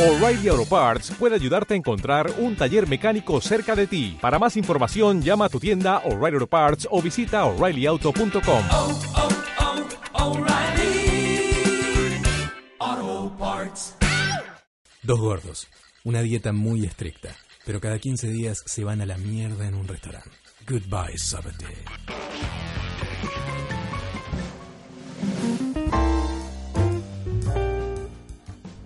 O'Reilly Auto Parts puede ayudarte a encontrar un taller mecánico cerca de ti. Para más información, llama a tu tienda O'Reilly Auto Parts o visita oreillyauto.com. O'Reilly Auto Parts. Dos gordos, una dieta muy estricta, pero cada 15 días se van a la mierda en un restaurante. Goodbye, Sabate.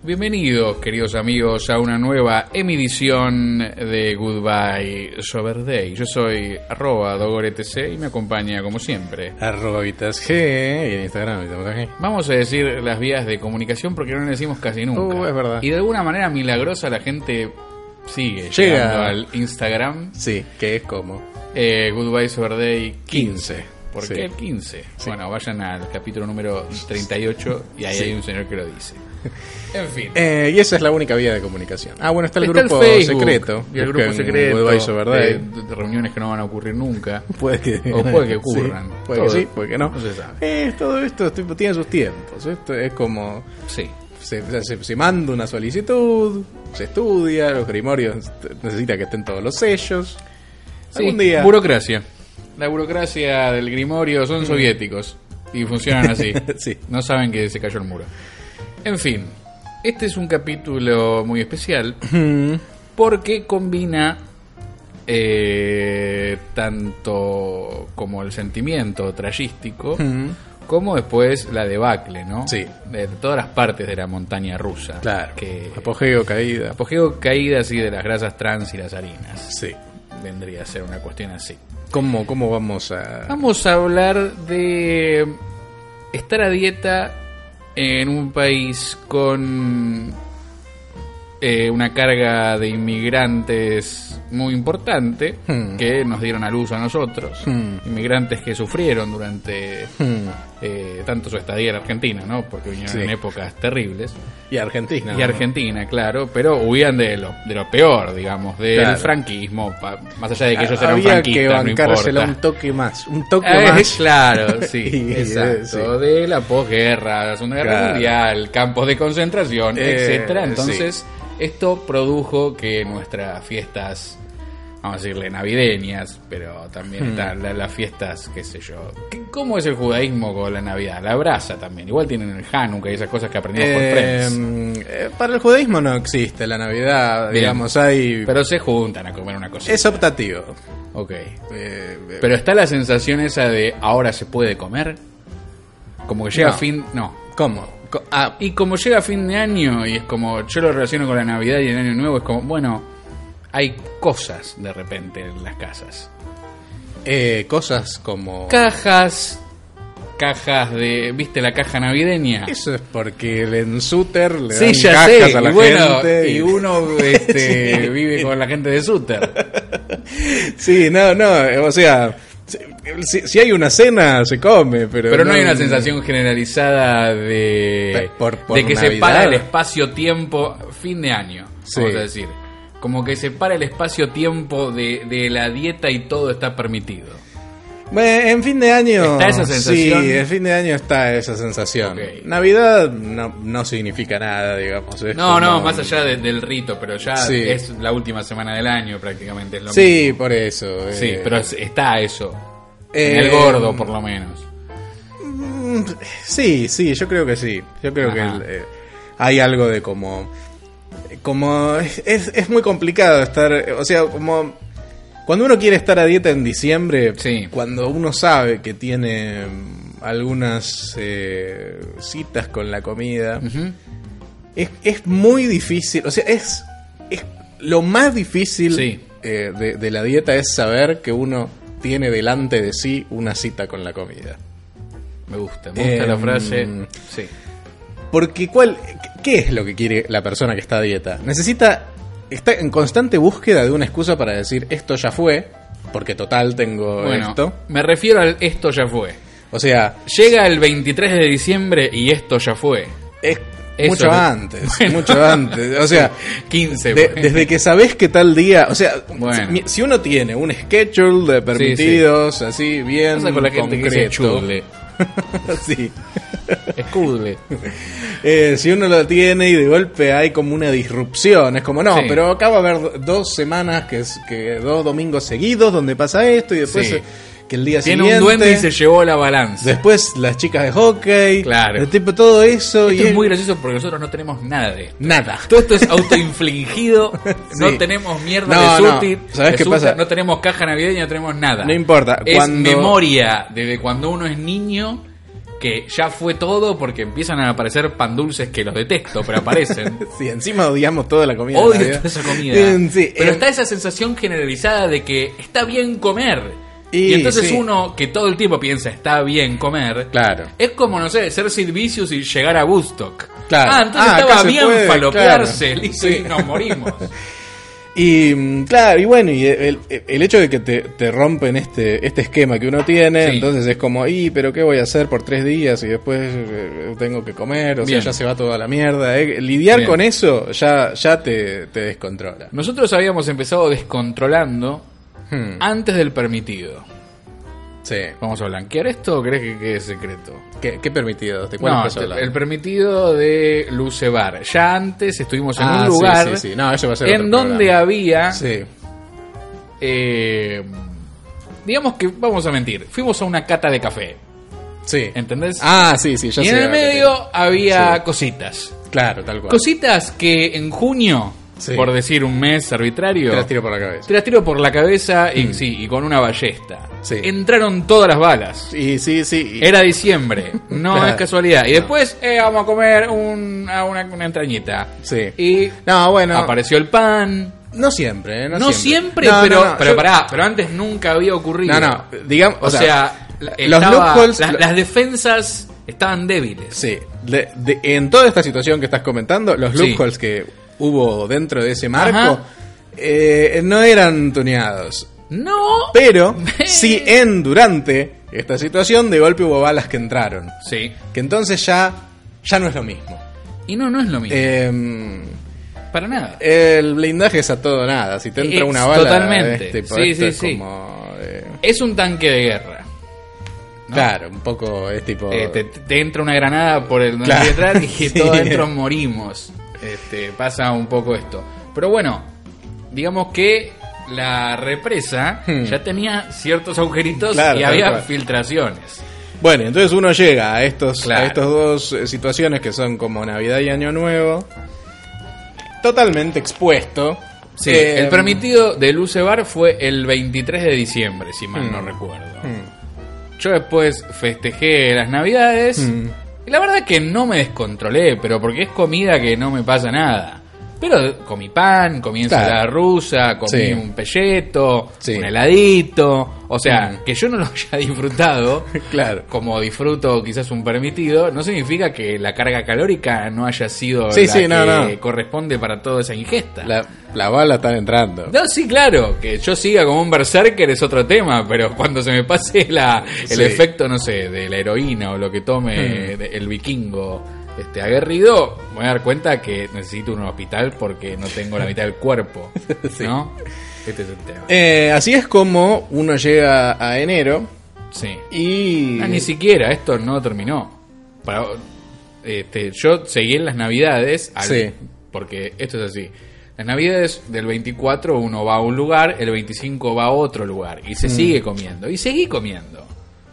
Bienvenidos, queridos amigos, a una nueva emisión de Goodbye Sober Day. Yo soy arroba dogoretc y me acompaña como siempre. Arroba Vitas G y en Instagram Vitas G. Vamos a decir las vías de comunicación porque no le decimos casi nunca. Uh, es verdad. Y de alguna manera milagrosa la gente sigue Llega. llegando al Instagram Sí, que es como eh, Goodbye Sober Day 15. ¿Por Sí. qué el 15? Sí. Bueno, vayan al capítulo número 38 y ahí Sí. hay un señor que lo dice. En fin. Eh, y esa es la única vía de comunicación. Ah, bueno, está el Está grupo Facebook secreto. Y el grupo Busquen secreto. Goodbye Sober Day. eh, de- de reuniones que no van a ocurrir nunca. puede que, o puede que ocurran. Sí, puede que Todo. sí, puede que no. No se sabe. Eh, todo esto tipo, tiene sus tiempos. Esto es como. Sí. Se, se- se manda una solicitud, se estudia, los grimorios t- necesita que estén todos los sellos. Algún día. Burocracia. La burocracia del Grimorio son soviéticos. Y funcionan así. Mm. Sí. No saben que se cayó el muro. En fin. Este es un capítulo muy especial. Hmm, Porque combina. eh, tanto como el sentimiento trayístico. Mm. hmm. Como después la debacle, ¿no? Sí. De todas las partes de la montaña rusa. Claro. Que, Apogeo, caída. apogeo caída así de las grasas trans y las harinas. Sí. Vendría a ser una cuestión así. ¿Cómo, cómo vamos a.? Vamos a hablar de estar a dieta en un país con eh, una carga de inmigrantes muy importante Hmm. que nos dieron a luz a nosotros. Hmm. Inmigrantes que sufrieron durante Hmm. eh, tanto su estadía en Argentina, ¿no? Porque vinieron Sí. en épocas terribles. Y Argentina. y Argentina, claro, pero huían de lo, de lo peor, digamos, del Claro. franquismo, pa- más allá de que ellos eran Había que franquistas, no bancársela importa. un toque más. Un toque Eh, más. Claro, sí, Y, eh, exacto. De la posguerra, la Segunda Guerra Claro. Mundial, campos de concentración, Eh, etcétera. sí. Entonces, esto produjo que nuestras fiestas, vamos a decirle navideñas, pero Hmm. también están la- las fiestas, qué sé yo. ¿Qué- ¿Cómo es el judaísmo con la Navidad? La brasa también. Igual tienen el Hanukkah y esas cosas que aprendimos por Eh, Friends. eh, para el judaísmo no existe la Navidad, Bien. digamos, hay... Pero se juntan a comer una cosita. es optativo. Ok. Eh, eh, Pero está la sensación esa de ahora se puede comer. Como que llega No. fin. No. ¿Cómo? Co- ah, Y como llega fin de año y es como, yo lo relaciono con la Navidad y el Año Nuevo, es como, bueno, hay cosas de repente en las casas. eh, cosas como... Cajas, cajas de, ¿viste la caja navideña? Eso es porque el ensuter le Sí, dan ya cajas sé, a y la bueno, gente. y uno este, vive con la gente de Sutter. Sí, no, no, eh, o sea, si, si- si hay una cena se come, pero... Pero no hay una sensación generalizada de, Por- por de que se Navidad. para el espacio-tiempo fin de año, Sí. vamos a decir. Como que se para el espacio-tiempo de, de la dieta y todo está permitido. Bueno, en fin de año. ¿Está esa sensación? Sí, en fin de año está esa sensación. Ok. Navidad no, no significa nada, digamos. es No, no, como- más allá de- del rito, pero ya Sí. es la última semana del año prácticamente. Es lo Sí, por eso. eh. mismo. sí, pero es- está eso. Eh, en el gordo, por lo menos. Sí, sí, yo creo que sí. Yo creo que Ajá. eh, hay algo de como. Como. Es, es muy complicado estar. O sea, como. Cuando uno quiere estar a dieta en diciembre, Sí. cuando uno sabe que tiene mm, algunas eh, citas con la comida, es, es muy difícil. O sea, es, es lo más difícil Sí. eh, de, de la dieta es saber que uno tiene delante de sí una cita con la comida. Me gusta, me gusta Eh, la frase. mm. Sí. Porque ¿cuál, ¿qué es lo que quiere la persona que está a dieta? Necesita, está en constante búsqueda de una excusa para decir esto ya fue, porque total tengo Bueno, esto. me refiero al esto ya fue. O sea, Llega el 23 de diciembre y esto ya fue. es Eso mucho es- antes, Bueno. mucho antes. O sea, 15. de- pues. desde que sabes que tal día, o sea, Bueno. si- si uno tiene un schedule de permitidos así bien Pasa con la gente que dice concreto. chule. sí. Escudle. Eh, si uno lo tiene y de golpe hay como una disrupción, es como, no, Sí. pero acá va a haber dos semanas, que, es- que dos domingos seguidos donde pasa esto y después Sí. eh, que el día Tiene un siguiente... duende y se llevó la balanza. Después las chicas de hockey, Claro. el tipo todo eso Esto y es muy gracioso porque nosotros no tenemos nada de esto. nada. Todo esto es autoinfligido, no Sí. tenemos mierda No, de no. sutil, ¿Sabés de qué suta, pasa? no tenemos caja navideña, no tenemos nada. No importa, Es cuando- memoria desde cuando uno es niño que ya fue todo porque empiezan a aparecer pan dulces que los detesto, pero aparecen. Sí, encima odiamos toda la comida. de Odio Navidad. toda esa comida. Eh, sí, pero eh, está esa sensación generalizada de que está bien comer. Y, Y, entonces sí. uno que todo el tiempo piensa está bien comer. Claro. Es como, no sé, ser Silvicius y llegar a Woodstock. Claro. Ah, entonces Ah, estaba acá se bien puede, falopearse, claro. listo, y Sí. nos morimos. Y mm, claro, y bueno, y el, el- el hecho de que te, te rompen este, este esquema que uno tiene, Sí. entonces es como, y pero ¿qué voy a hacer por tres días y después eh, tengo que comer? O Bien. sea, ya se va toda la mierda. eh. Lidiar Bien. con eso ya, ya te, te descontrola. Nosotros habíamos empezado descontrolando Hmm, antes del permitido. sí. ¿Vamos a blanquear esto o crees que quede secreto? ¿Qué, qué permitido? ¿De cuál No, estás este- hablando? el permitido de Lucebar. Ya antes estuvimos en Ah, un sí, lugar sí, sí. No, eso va a ser en otro donde programa. había Sí. Eh, digamos que, vamos a mentir, fuimos a una cata de café, Sí. ¿entendés? Ah, sí, sí, ya y en sé el ahora que medio había Sí. cositas. Claro, tal cual. Cositas que en junio, Sí. por decir un mes arbitrario, Te las tiro por la cabeza. te las tiro por la cabeza y, sí, y con una ballesta. Sí. Entraron todas las balas. Y sí, sí. y- Era diciembre, no Claro. es casualidad. Y después eh, vamos a comer un- a una, una entrañita. Sí. Y No, bueno. apareció el pan. No siempre, ¿eh? No, siempre, No, no, pero, no, pero yo- pará, pero antes nunca había ocurrido. No, no, digamos, O sea, la- los estaba- loopholes- la- las defensas estaban débiles. Sí, de- de- en toda esta situación que estás comentando, los Sí. loopholes que hubo dentro de ese marco Ajá. eh, no eran tuneados. No. Pero sí en durante esta situación de golpe hubo balas que entraron. Sí. Que entonces ya, ya no es lo mismo. Y no, no es lo mismo. Eh, para nada. el blindaje es a todo o nada. Si te entra Es- una bala, totalmente. este, Sí, esto sí, es sí. como, eh, es un tanque de guerra. ¿no? Claro, un poco es tipo... Eh, te, te entra una granada por el Claro. donde atrás y Sí. todos adentro morimos. Este, pasa un poco esto. Pero bueno, digamos que la represa Hmm. ya tenía ciertos agujeritos Claro, y tal había cual. filtraciones. Bueno, entonces uno llega a estos, Claro. a estos dos eh, situaciones que son como Navidad y Año Nuevo, totalmente expuesto. Sí, Eh, el permitido de Luce Bar fue el 23 de diciembre, si mal no Mm. recuerdo. Mm, Yo después festejé las navidades Mm. y la verdad que no me descontrolé, pero porque es comida que no me pasa nada. Pero comí pan, comí Claro. ensalada rusa, comí Sí. un pelleto, Sí. un heladito. O sea, Mm. que yo no lo haya disfrutado, Claro. como disfruto quizás un permitido, no significa que la carga calórica no haya sido Sí, la sí, no, que no. corresponde para toda esa ingesta. La, la bala está entrando. No, sí, claro, que yo siga como un berserker es otro tema, pero cuando se me pase la, el Sí. Hmm. efecto, no sé, de la heroína o lo que tome de- el vikingo este, aguerrido, me voy a dar cuenta que necesito un hospital porque no tengo la mitad del cuerpo, ¿no? Este es el tema. Eh, así es como uno llega a enero sí. y... Ah, ni siquiera, esto no terminó. Para, este, yo seguí en las navidades, al- Sí. porque esto es así. Las navidades del 24 uno va a un lugar, el 25 va a otro lugar y Mm. se sigue comiendo. Y seguí comiendo.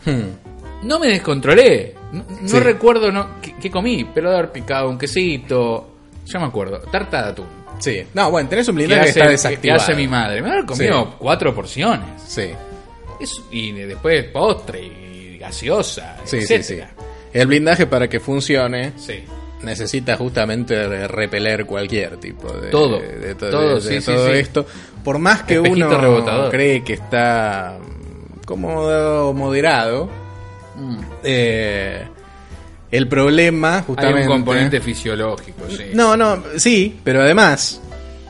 Hmm, No me descontrolé. No, no Sí. recuerdo no, qué, qué comí, pero de haber picado un quesito. Ya me acuerdo. Tarta de atún. sí. No, bueno, tenés un Que blindaje que hace, está que- que desactivado. hace mi madre. Me haber comido Sí. cuatro porciones. Sí, Eso- y después postre y gaseosa. sí, sí, sí. etcétera. El blindaje para que funcione Sí. necesita justamente de repeler cualquier tipo de Todo. de- de to- Todo, de- sí, de sí, todo sí. esto por más que Espejito uno rebotador. cree que está mm, cómodo o moderado eh, el problema justamente Mm. Hay un componente fisiológico, sí. no no sí pero además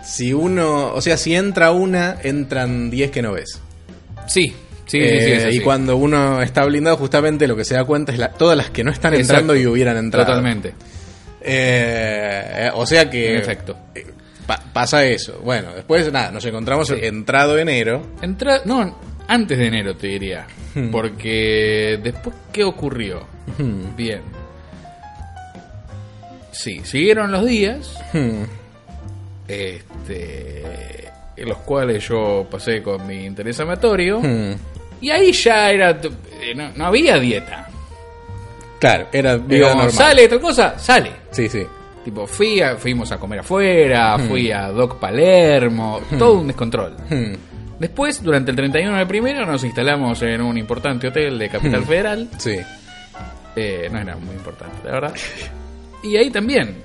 si uno o sea si entra una entran 10 que no ves Sí, sí, sí, sí, Eh, es así. y cuando uno está blindado justamente lo que se da cuenta es la- todas las que no están Exacto. entrando y hubieran entrado Totalmente. Eh, eh, o sea que En efecto. eh, pa- pasa eso. Bueno, después nada, nos encontramos Sí. entrado enero. Entra, no, Hmm. Hmm. antes de enero te diría. Porque después, ¿qué ocurrió? Bien. Sí, siguieron los días. Hmm. Este, en los cuales yo pasé con mi interés amatorio. Hmm. Y ahí ya era. t- eh, No, no había dieta. Claro, era vida Digo, normal. sale otra cosa, sale. Sí, sí. Tipo, fui a- fuimos a comer afuera, fui a Doc Palermo, todo un descontrol. Hmm. Después, durante el 31 de primero, nos instalamos en un importante hotel de Capital Federal. Sí. Eh, no era muy importante, la verdad. Y ahí también.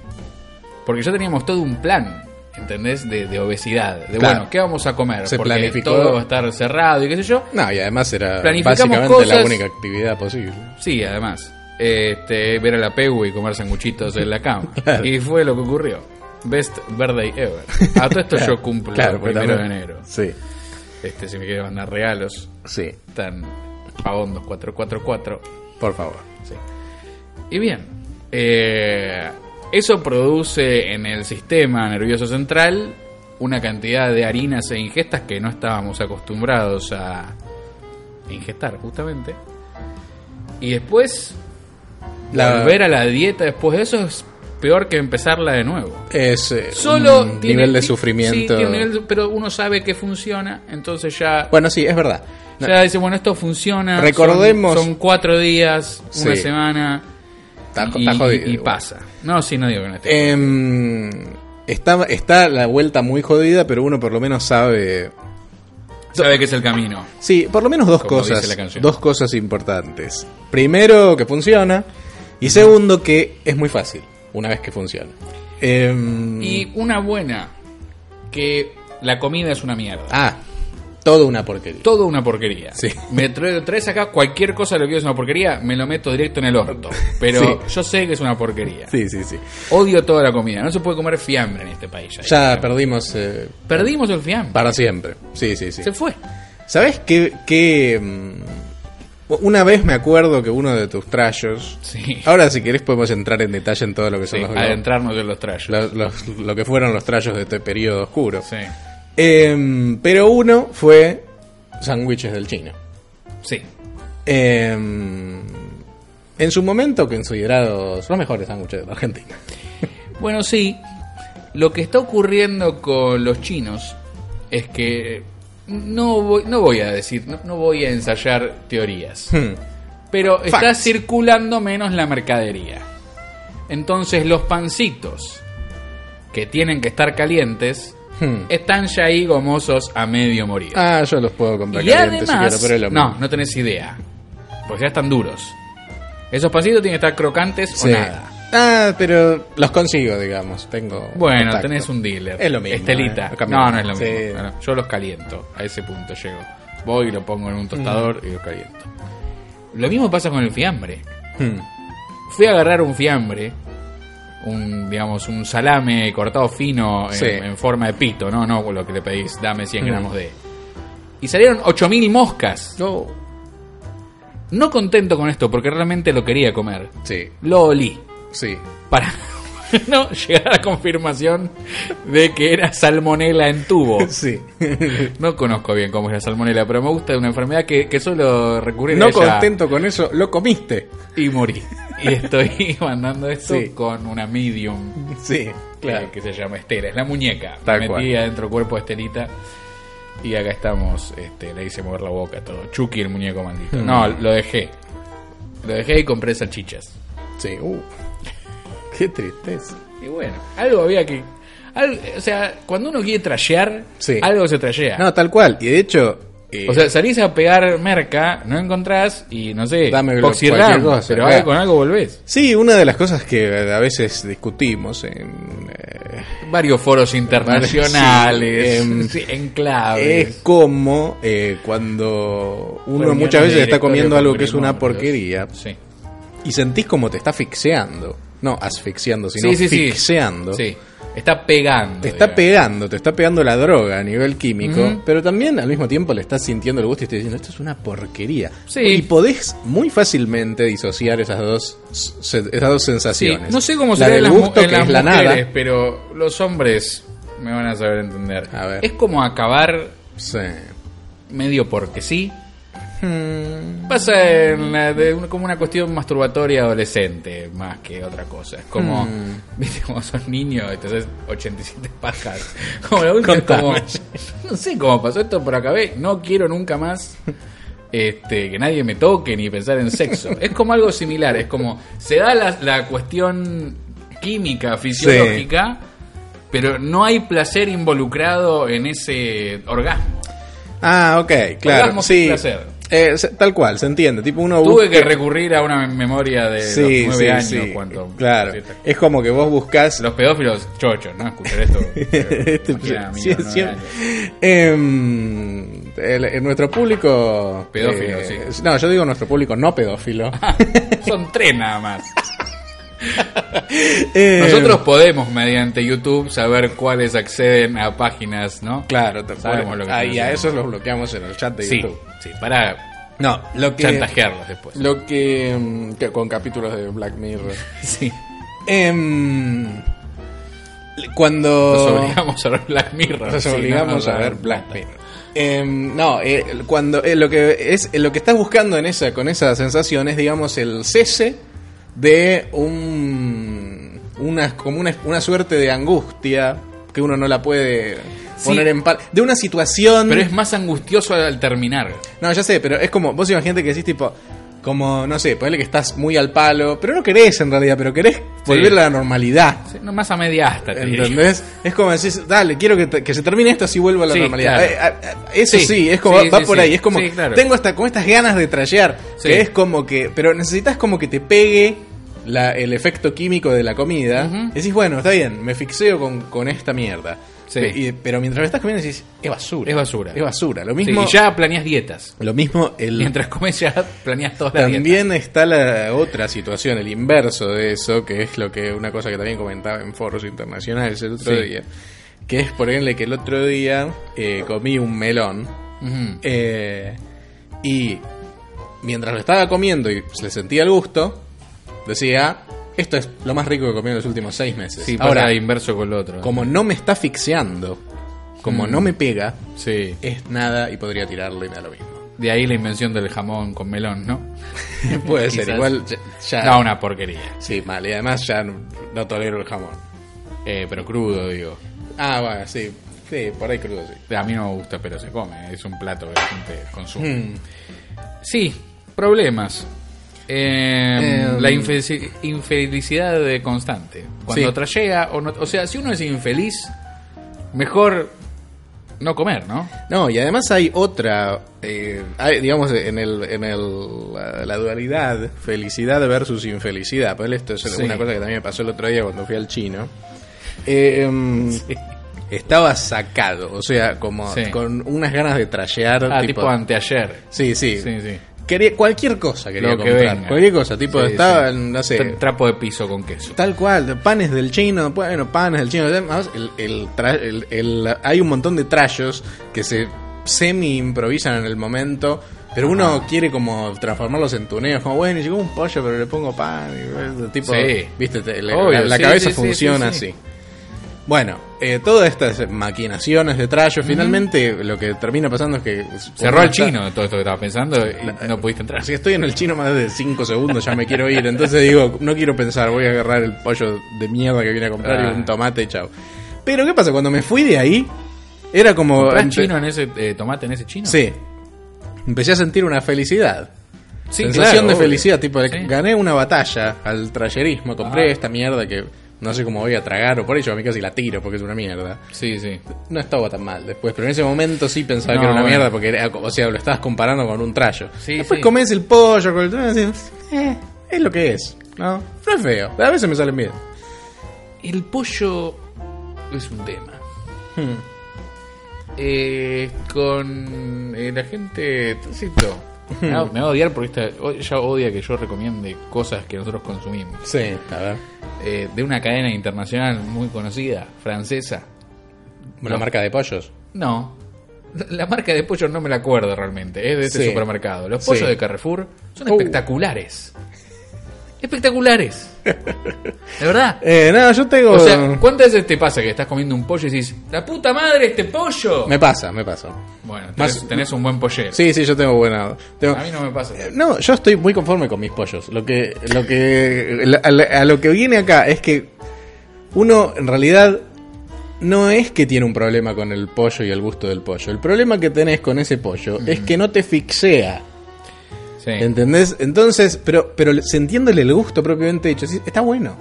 Porque ya teníamos todo un plan, ¿entendés? De, de obesidad. De Claro. bueno, ¿qué vamos a comer? Se Porque planificó. todo va a estar cerrado y qué sé yo. No, y además era Planificamos básicamente la cosas. única actividad posible. Sí, además. Este, ver a la Pehu y comer sanguchitos en la cama. Y fue lo que ocurrió. Best birthday ever. A todo esto yo cumplo el porque primero de también- enero. Sí, Este, si me quieren mandar regalos, sí, están a hondos 444. por favor. Sí. Y bien, eh, eso produce en el sistema nervioso central una cantidad de harinas e ingestas que no estábamos acostumbrados a ingestar, justamente. Y después, La- volver a la dieta después de eso es peor que empezarla de nuevo. Mm, Es eh, Solo un tiene- nivel de sí, sufrimiento. tiene un nivel de- pero uno sabe que funciona, entonces ya Bueno, sí, es verdad. o sea, dice, bueno, esto funciona. Recordemos- Son, son cuatro días, una Sí. semana. Está- y, está jodido, y igual. pasa. No, sí, no digo que no esté. Em, está, está la vuelta muy jodida, pero uno por lo menos sabe. Sabe que es el camino. Sí, por lo menos dos Como dice cosas. la canción. Dos cosas importantes. Primero, que funciona. Y segundo, que es muy fácil una vez que funciona. Em, Y una buena, que la comida es una mierda. Ah, toda una porquería. Todo una porquería. Sí. Me tra- traes acá cualquier cosa lo que es una porquería, me lo meto directo en el orto. Pero Sí. yo sé que es una porquería. Sí, sí, sí. Odio toda la comida. No se puede comer fiambre en este país. Ya perdimos eh, Perdimos el fiambre. para siempre. Sí, sí, sí. Se fue. ¿Sabes qué? qué, mm, una vez me acuerdo que uno de tus trayos. Sí. Ahora, si querés, podemos entrar en detalle en todo lo que son Sí, los, adentrarnos en los trayos. lo- los- lo que fueron los trayos de este periodo oscuro. Sí. Em, pero uno fue sándwiches del chino. Sí. Em, en su momento considerados los mejores sándwiches de la Argentina. Bueno, sí. Lo que está ocurriendo con los chinos es que no voy, no voy a decir, no, no voy a ensayar teorías, Hmm. pero está Facts. circulando menos la mercadería. Entonces los pancitos que tienen que estar calientes Hmm. están ya ahí gomosos a medio morir. Ah, yo los puedo comprar y calientes si además, quiero, pero es lo mismo. no, no tenés idea, porque ya están duros. Esos pancitos tienen que estar crocantes Sí. o nada. Ah, pero los consigo, digamos. Tengo. Bueno, contacto. tenés un dealer. Es lo mismo, Estelita. eh, lo cambiamos. no, no es lo Sí. mismo. Bueno, yo los caliento. A ese punto llego. Voy y lo pongo en un tostador Mm. y los caliento. Lo mismo pasa con el fiambre. Hmm. Fui a agarrar un fiambre, un, digamos, un salame cortado fino en, Sí. Mm. en forma de pito, no, no lo que le pedís, dame 100 gramos de. Y salieron 8000 moscas. No. No contento con esto porque realmente lo quería comer. Sí, Lo olí. sí. para no llegar a la confirmación de que era salmonela en tubo. Sí. No conozco bien cómo es la salmonela, pero me gusta una enfermedad que, que suelo recurrir a No ella contento con eso, lo comiste. y morí. Y estoy mandando esto Sí. con una medium Sí, que- que, se llama Estela, es la muñeca. Tal Me metí cual. adentro cuerpo de Estelita y acá estamos, este, le hice mover la boca todo. Chucky el muñeco Hmm. maldito. No, lo dejé. Lo dejé y compré salchichas. Sí, uh. Qué tristeza. Y bueno, algo había que. al- o sea, cuando uno quiere trashear, Sí. algo se trashea. No, tal cual. Y de hecho. eh, o sea, salís a pegar merca, no encontrás y no sé, Dame lo- Oxirram, cualquier cosa, pero claro. algo- con algo volvés. sí, una de las cosas que a veces discutimos en. eh, Varios foros internacionales, Sí, em, sí, es enclaves. como eh, cuando uno reuniones muchas veces de está directorio comiendo con algo que es primos, una Dios. porquería Sí. y sentís como te está asfixiando. No asfixiando, sino sí, sí, sí. asfixiando. Sí. Está pegando. Te está digamos. pegando, te está pegando la droga a nivel químico, Ujú. pero también al mismo tiempo le estás sintiendo el gusto y estás diciendo, esto es una porquería. Sí. Y podés muy fácilmente disociar esas dos, se- esas dos Sí, sensaciones. No sé cómo la será en del las, mu- gusto, en que las es la mujeres, nada. pero los hombres me van a saber entender. A ver. Es como acabar Sí. medio porque sí, Pasa en la de un- como una cuestión masturbatoria adolescente, más que otra cosa. Es como, viste, como sos niño y te haces 87 pajas. Como la última, es como, no sé cómo pasó esto, pero acabé, no quiero nunca más este, que nadie me toque ni pensar en sexo. es como algo similar, es como, se da la, la cuestión química, fisiológica, pero no hay placer involucrado en ese orgasmo. Ah, ok, claro. Orgasmo sin Sí. placer. Eh, se- tal cual, se entiende. Tipo uno Tuve que busca- recurrir a una memoria de Sí, los nueve sí, años sí. cuando Claro. ciertas cosas. Es como que vos buscás los pedófilos chochos, ¿no? Escuchar esto. Este, Imagina, amigo, sí, nueve sí. años. Em, el- el- nuestro público. Pedófilo, eh, No, yo digo nuestro público no pedófilo. Son tres nada más. Em, Nosotros podemos mediante YouTube saber cuáles acceden a páginas, ¿no? Claro, te- Sabemos bueno, lo que ah, y a hacemos. esos los bloqueamos en el chat de Sí, YouTube. sí, para No, lo que. chantajearlos después. Lo que, em, que- Con capítulos de Black Mirror. Sí, Em, nos cuando. obligamos a ver Black Mirror. Oh. Nos sí, obligamos no, no, a no, ver no. Black Mirror. Em, no, eh, cuando eh, lo que es eh, lo que estás buscando en esa con esa sensación es digamos el cese de un una como una, una suerte de angustia que uno no la puede Sí. poner en par de una situación Pero es más angustioso al terminar. no, ya sé, pero es como, vos imagínate que decís tipo, como, no sé, ponele que estás muy al palo, pero no querés en realidad, pero querés volver a la normalidad. Sí, No, más a media hasta, te diría. ¿Entendés? Es como decís, dale, quiero que, te- que se termine esto así vuelvo a la Sí, normalidad. claro. Eh, ah, ah, eso sí, Sí, es como, sí, va sí, por sí. ahí, es como, Sí, claro. tengo hasta, como estas ganas de trallear, Sí. que es como que, pero necesitas como que te pegue la- el efecto químico de la comida. Ujú. Decís, bueno, está bien, me fixeo con, con esta mierda. Sí. Pe- y- pero mientras estás comiendo decís, es basura. Es basura. Es basura. Lo Sí, mismo, y ya planeas dietas. lo mismo el, Mientras comes ya planeas todas las dietas. también está la otra situación, el inverso de eso, que es lo que una cosa que también comentaba en foros internacionales el otro Sí. día, que es por ejemplo que el otro día eh, comí un melón Ujú. eh, y mientras lo estaba comiendo y le sentía el gusto, decía, esto es lo más rico que comí en los últimos seis meses. Sí, pasa Ahora, inverso con lo otro. como no me está asfixiando, como Mm. no me pega, Sí. es nada y podría tirarle y me da lo mismo. De ahí la invención del jamón con melón, ¿no? Puede ser, Quizás. igual ya- ya- No, una porquería. Sí, mal. Y además ya no, no tolero el jamón. Eh, pero crudo, digo. Ah, bueno, sí. Sí, por ahí crudo, sí. A mí no me gusta, pero se come. Es un plato que la gente consume. Mm. Sí, problemas. Eh, Em. la infelici- infelicidad de constante. Cuando Sí. trallea o no. O sea, si uno es infeliz, mejor no comer, ¿no? No, y además hay otra, eh, hay, digamos, en, el, en el, la, la dualidad, felicidad versus infelicidad. Pues esto es Sí. una cosa que también me pasó el otro día cuando fui al chino. Eh, em, Estaba sacado, o sea, como Sí. con unas ganas de trashear. Ah, tipo, anteayer. sí, sí. Sí, sí. Quería, cualquier cosa quería Lo que comprar. venga. Cualquier cosa, tipo, Sí, estaba, sí. en, no sé, Tra- Trapo de piso con queso. Tal cual, de panes del chino, bueno, panes del chino. además, el- el tra- el- el- hay un montón de trayos que se semi improvisan en el momento, pero uno quiere como transformarlos en tuneos, como bueno, llegó un pollo, pero le pongo pan, y, bueno, tipo, Sí. viste, te- la, Obvio, la- la sí, cabeza sí, sí, funciona sí, sí. así. Bueno, eh, todas estas maquinaciones de trayos, finalmente lo que termina pasando es que Cerró el está- chino de todo esto que estaba pensando y no pudiste entrar. si estoy en el chino más de 5 segundos, ya me quiero ir. Entonces digo, no quiero pensar, voy a agarrar el pollo de mierda que vine a comprar Ah. y un tomate y chao. Pero ¿qué pasa? Cuando me fui de ahí, era como... ¿Comprás empe- chino en ese eh, tomate en ese chino? Sí. Empecé a sentir una felicidad. Sí, sensación claro, de obvio. felicidad, tipo, de- Sí. gané una batalla al trayerismo, compré Ah. esta mierda que no sé cómo voy a tragar o por ello a mí casi la tiro porque es una mierda. Sí, sí. No estaba tan mal después, pero en ese momento sí pensaba No, que era una bueno. mierda porque era, o sea, lo estabas comparando con un trayo. Sí, después sí. comes el pollo con el eh, es lo que es, ¿no? No es feo, a veces me salen bien. El pollo es un tema. Hmm. Eh, con eh, la gente. Tránsito. Hmm. Me va- me va a odiar porque esta- o- ella odia que yo recomiende cosas que nosotros consumimos. Sí, a ver. Eh, de una cadena internacional muy conocida, francesa. Una No. marca de pollos. No. La- La marca de pollo no me la acuerdo realmente. Es de ese Sí. supermercado. Los pollos Sí. de Carrefour son Uh. espectaculares. espectaculares. De verdad. Eh, nada, yo tengo. O sea, ¿cuántas veces te pasa que estás comiendo un pollo y dices, la puta madre, este pollo? me pasa, me pasa. Bueno, tenés, Más- tenés un buen pollero. Sí, Eh, sí, yo tengo buena. tengo- A mí no me pasa. No, yo estoy muy conforme con mis pollos. Lo que, lo que, la- a, la- a lo que viene acá es que uno en realidad no es que tiene un problema con el pollo y el gusto del pollo. El problema que tenés con ese pollo es que no te fixea. Mm. Sí. ¿Entendés? Entonces, pero, pero se entiende el gusto propiamente dicho. sí, Está bueno.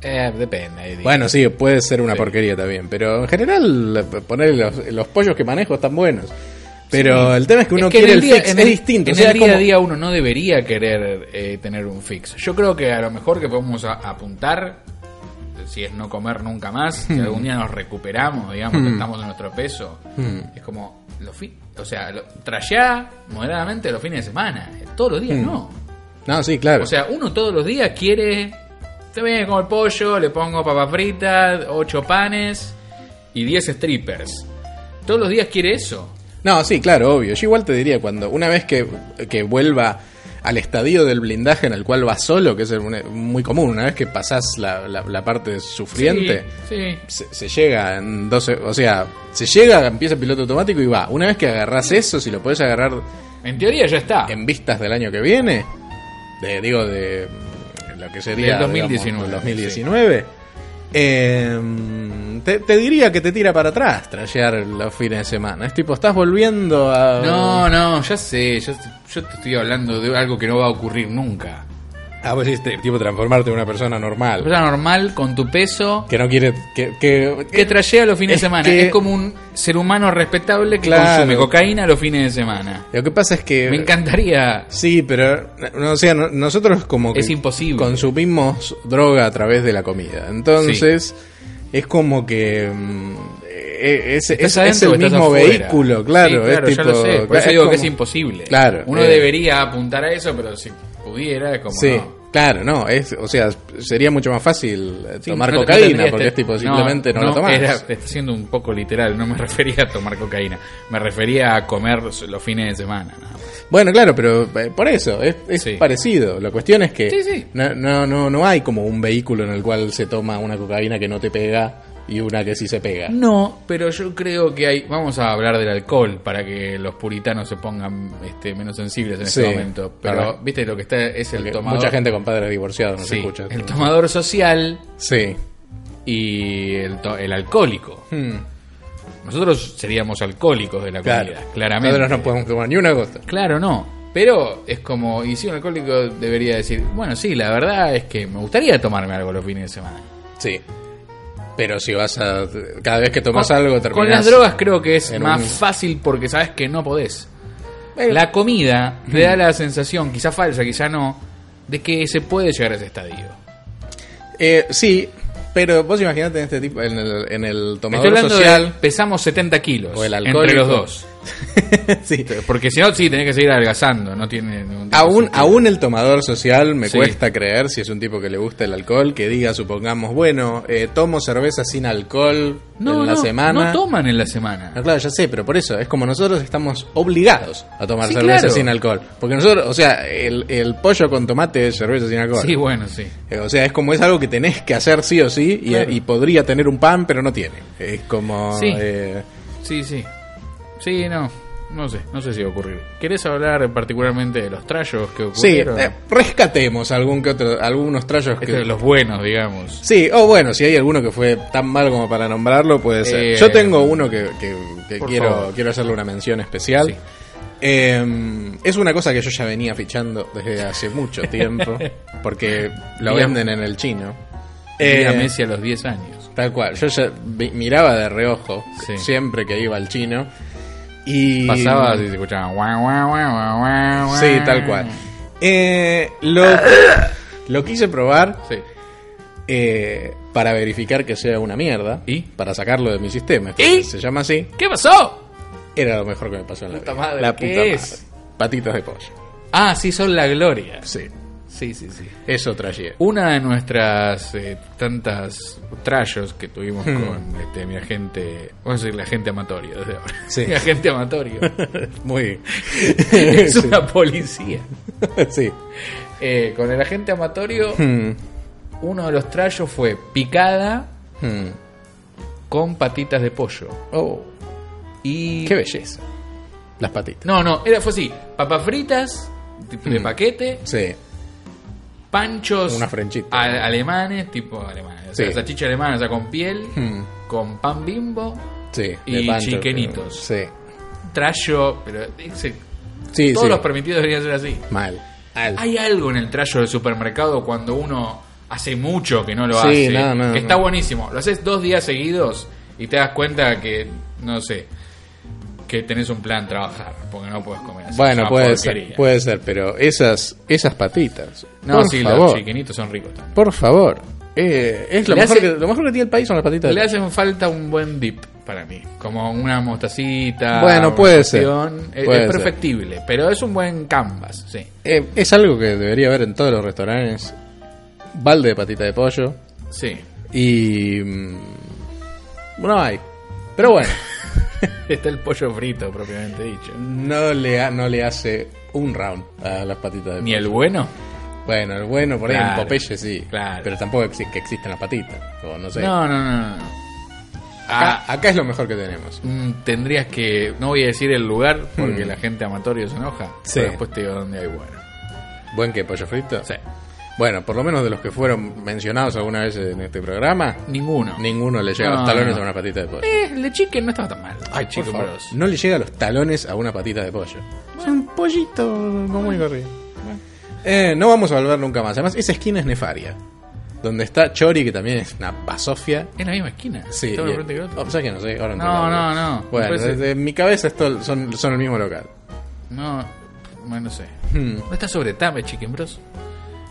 Eh, depende. ahí digo. Bueno, sí, puede ser una porquería también, pero en general la- poner los, los pollos que manejo están buenos. Pero el tema es que uno Es que en quiere el, el día- fix, en es el- distinto. En o sea, el es día a como- día uno no debería querer eh, tener un fix. Yo creo que a lo mejor que podemos a- apuntar, si es no comer nunca más, Hmm. si algún día nos recuperamos, digamos, que estamos en nuestro peso, Hmm. es como, los fi- o sea, lo, trayá moderadamente los fines de semana, todos los días no. No, sí, Hmm. claro. O sea, uno todos los días quiere, está bien, como el pollo, le pongo papas fritas, ocho panes y 10 strippers. Todos los días quiere eso. no, sí, claro, obvio. Yo igual te diría cuando, una vez que, que vuelva al estadio del blindaje en el cual vas solo, que es el- muy común, una vez que pasás la, la- la parte sufriente. Sí, sí. se, se llega en 12, o sea, se llega, empieza el piloto automático y va. Una vez que agarrás eso, si lo podés agarrar En teoría ya está. Ah. en vistas del año que viene, de, digo, de mm, lo que sería Del 2019, digamos, del 2019 em, te, te diría que te tira para atrás trallear los fines de semana. Es tipo, estás volviendo a... No, no, ya sé. Yo, yo te estoy hablando de algo que no va a ocurrir nunca. Ah, vos decís, te- tipo, transformarte en una persona La normal. persona normal, con tu peso, Que no quiere... Que, que- que trayea los fines Es de semana. que- Es como un ser humano respetable que Claro. Eh, consume cocaína los fines de semana. lo que pasa es que... Me encantaría. Sí, pero no, o sea, no- nosotros como que Es imposible. consumimos droga a través de la comida. Entonces, es como que mm, eh, es, es- ¿Estás es adentro o el estás mismo afuera? vehículo, Sí, claro. claro, es ya tipo, lo sé. Por eso es digo que como- es imposible. Claro. Uno eh, debería apuntar a eso, pero si pudiera, es como Sí, no. claro, no. Es, o sea, sería mucho más fácil eh, Sí, tomar no- no cocaína tendría porque este- es tipo simplemente no, lo tomás. era- está siendo un poco literal, no me refería a tomar cocaína, me refería a comer los fines de semana. nada más. Bueno, claro, pero eh, por eso, es, es Sí. parecido. La cuestión es que Sí, sí. No, no, no, no hay como un vehículo en el cual se toma una cocaína que no te pega y una que sí se pega. No, pero yo creo que hay. Vamos a hablar del alcohol para que los puritanos se pongan este, menos sensibles en Sí, este momento. Pero para. viste lo que está es el Porque tomador. Mucha gente con padres divorciados no sí, se escucha. el tomador social Sí. y el, to- el alcohólico. Hmm. Nosotros seríamos alcohólicos de la Claro. comida, claramente. Nosotros no podemos tomar ni una gota. Claro, no. Pero es como, y si un alcohólico debería decir, bueno, sí, la verdad es que me gustaría tomarme algo los fines de semana. Sí. Pero si vas a. Cada vez que tomas algo, terminas. Con las drogas creo que es en más un- fácil porque sabes que no podés. La comida te da la sensación, quizá falsa, quizá no, de que se puede llegar a ese estadio. Eh, sí, pero vos imaginate en este tipo. En el, en el Estoy tomador hablando de social. pesamos 70 kilos O el entre alcohólico. los dos. sí. Porque si no, sí, tenés que seguir adelgazando. No tiene, no tiene Aún, sentido. aún el tomador social me Sí. cuesta creer si es un tipo que le gusta el alcohol, que diga, supongamos, bueno, eh, tomo cerveza sin alcohol no, en la no, semana. No toman en la semana. No, claro, ya sé, pero por eso, es como nosotros estamos obligados a tomar Sí, cerveza claro. sin alcohol. Porque nosotros, o sea, el, el pollo con tomate es cerveza sin alcohol. Sí, bueno, sí. Eh, O sea, es como es algo que tenés que hacer sí o sí y, y podría tener un pan, pero no tiene. Es como... Sí. eh, Sí, sí. Sí, no. No sé, no sé si va a ocurrir. ¿Querés hablar particularmente de los trayos que sí, ocurrieron? eh, rescatemos algún que otro, algunos trayos Este que... de los buenos, digamos. Sí, o bueno, si hay alguno que fue tan mal como para nombrarlo, puede ser. Eh, Yo tengo uno que, que- que por quiero, favor. quiero hacerle una mención especial. Sí. Eh, es una cosa que yo ya venía fichando desde hace mucho tiempo, porque lo Bien. venden en el chino. Vi a Eh, Messi a los 10 años. Tal cual, yo ya vi- miraba de reojo Sí. siempre que iba al chino. Y Pasaba y se escuchaba. guau, guau, guau, guau, guau, guau. Sí, tal cual. Eh, lo, lo quise probar Sí. eh, para verificar que sea una mierda. ¿Y? Para sacarlo de mi sistema. es ¿Y? que Se llama así. ¿Qué pasó? Era lo mejor que me pasó en la Puta vida. madre, la ¿qué puta madre. es? Patitas de pollo. Ah, sí, son la gloria. Sí. Sí, sí, sí. Eso traje. Una de nuestras eh, tantas trayos que tuvimos Hmm. con este, mi agente, vamos a decir, la gente amatorio desde ahora. Sí. Mi agente amatorio. Muy. es una policía. sí. Eh, con el agente amatorio, uno de los trayos fue picada Hmm. con patitas de pollo. Oh, Y. qué belleza. Las patitas. No, no, era, fue así: papas fritas de, de paquete, Sí. panchos Mm. Una frenchita. al- alemanes, tipo alemanes, o sea, Sí. salchicha alemana, o sea, con piel, Hmm. con pan bimbo, Sí. Y de pancho, chiquenitos. Sí. trayo, pero ese- Sí, todos sí. los permitidos deberían ser así. Mal. Al- Hay algo en el trayo del supermercado cuando uno hace mucho que no lo Sí, hace, no, no, que no. está buenísimo. Lo haces dos días seguidos y te das cuenta que, no sé, que tenés un plan trabajar, porque no puedes comer así. es Bueno, una puede porquería. ser, puede ser, pero esas, esas patitas. No, por sí, los favor, chiquenitos son ricos también. por favor. Eh, es lo Le mejor, hace- que, lo mejor que tiene el país son las patitas. Le hacen falta un buen dip para mí, como una mostacita. Bueno, una puede ser, cuestión. Es, puede es ser. perfectible, pero es un buen canvas, sí. Eh, es algo que debería haber en todos los restaurantes. Balde de patita de pollo. Sí. Y... mm, No hay. Pero bueno, Está el pollo frito, propiamente dicho. no le, ha- no le hace un round a las patitas de Ni pollo. el bueno. Bueno, el bueno por ahí Claro, en Popeye sí. claro. Pero tampoco exi- que existen las patitas. O no sé. No, no, no, no. Ah, Acá, acá es lo mejor que tenemos. Mm, tendrías que. No voy a decir el lugar porque la gente amatorio se enoja. Mm. Sí. Pero después te digo dónde hay bueno. Buen que pollo frito. Sí. Bueno, por lo menos de los que fueron mencionados alguna vez en este programa, Ninguno. ninguno le llega a No, los talones no. a una patita de pollo. Eh, el de chicken no estaba tan mal. Ay, El por chicken favor, bros. No le llega a los talones a una patita de pollo. Es un pollito común y corriente. Eh, no vamos a volver nunca más. Además, esa esquina es nefaria. Donde está Chori, que también es una basofia. En la misma esquina. Sí. Estaba eh, enfrente que el otro. o sea que no sé, ahora No, entiendo. no, no. Me Bueno, parece- desde mi cabeza es todo- son, son el mismo local. No, bueno, no sé. Hmm. No está sobre Tame Chicken Bros.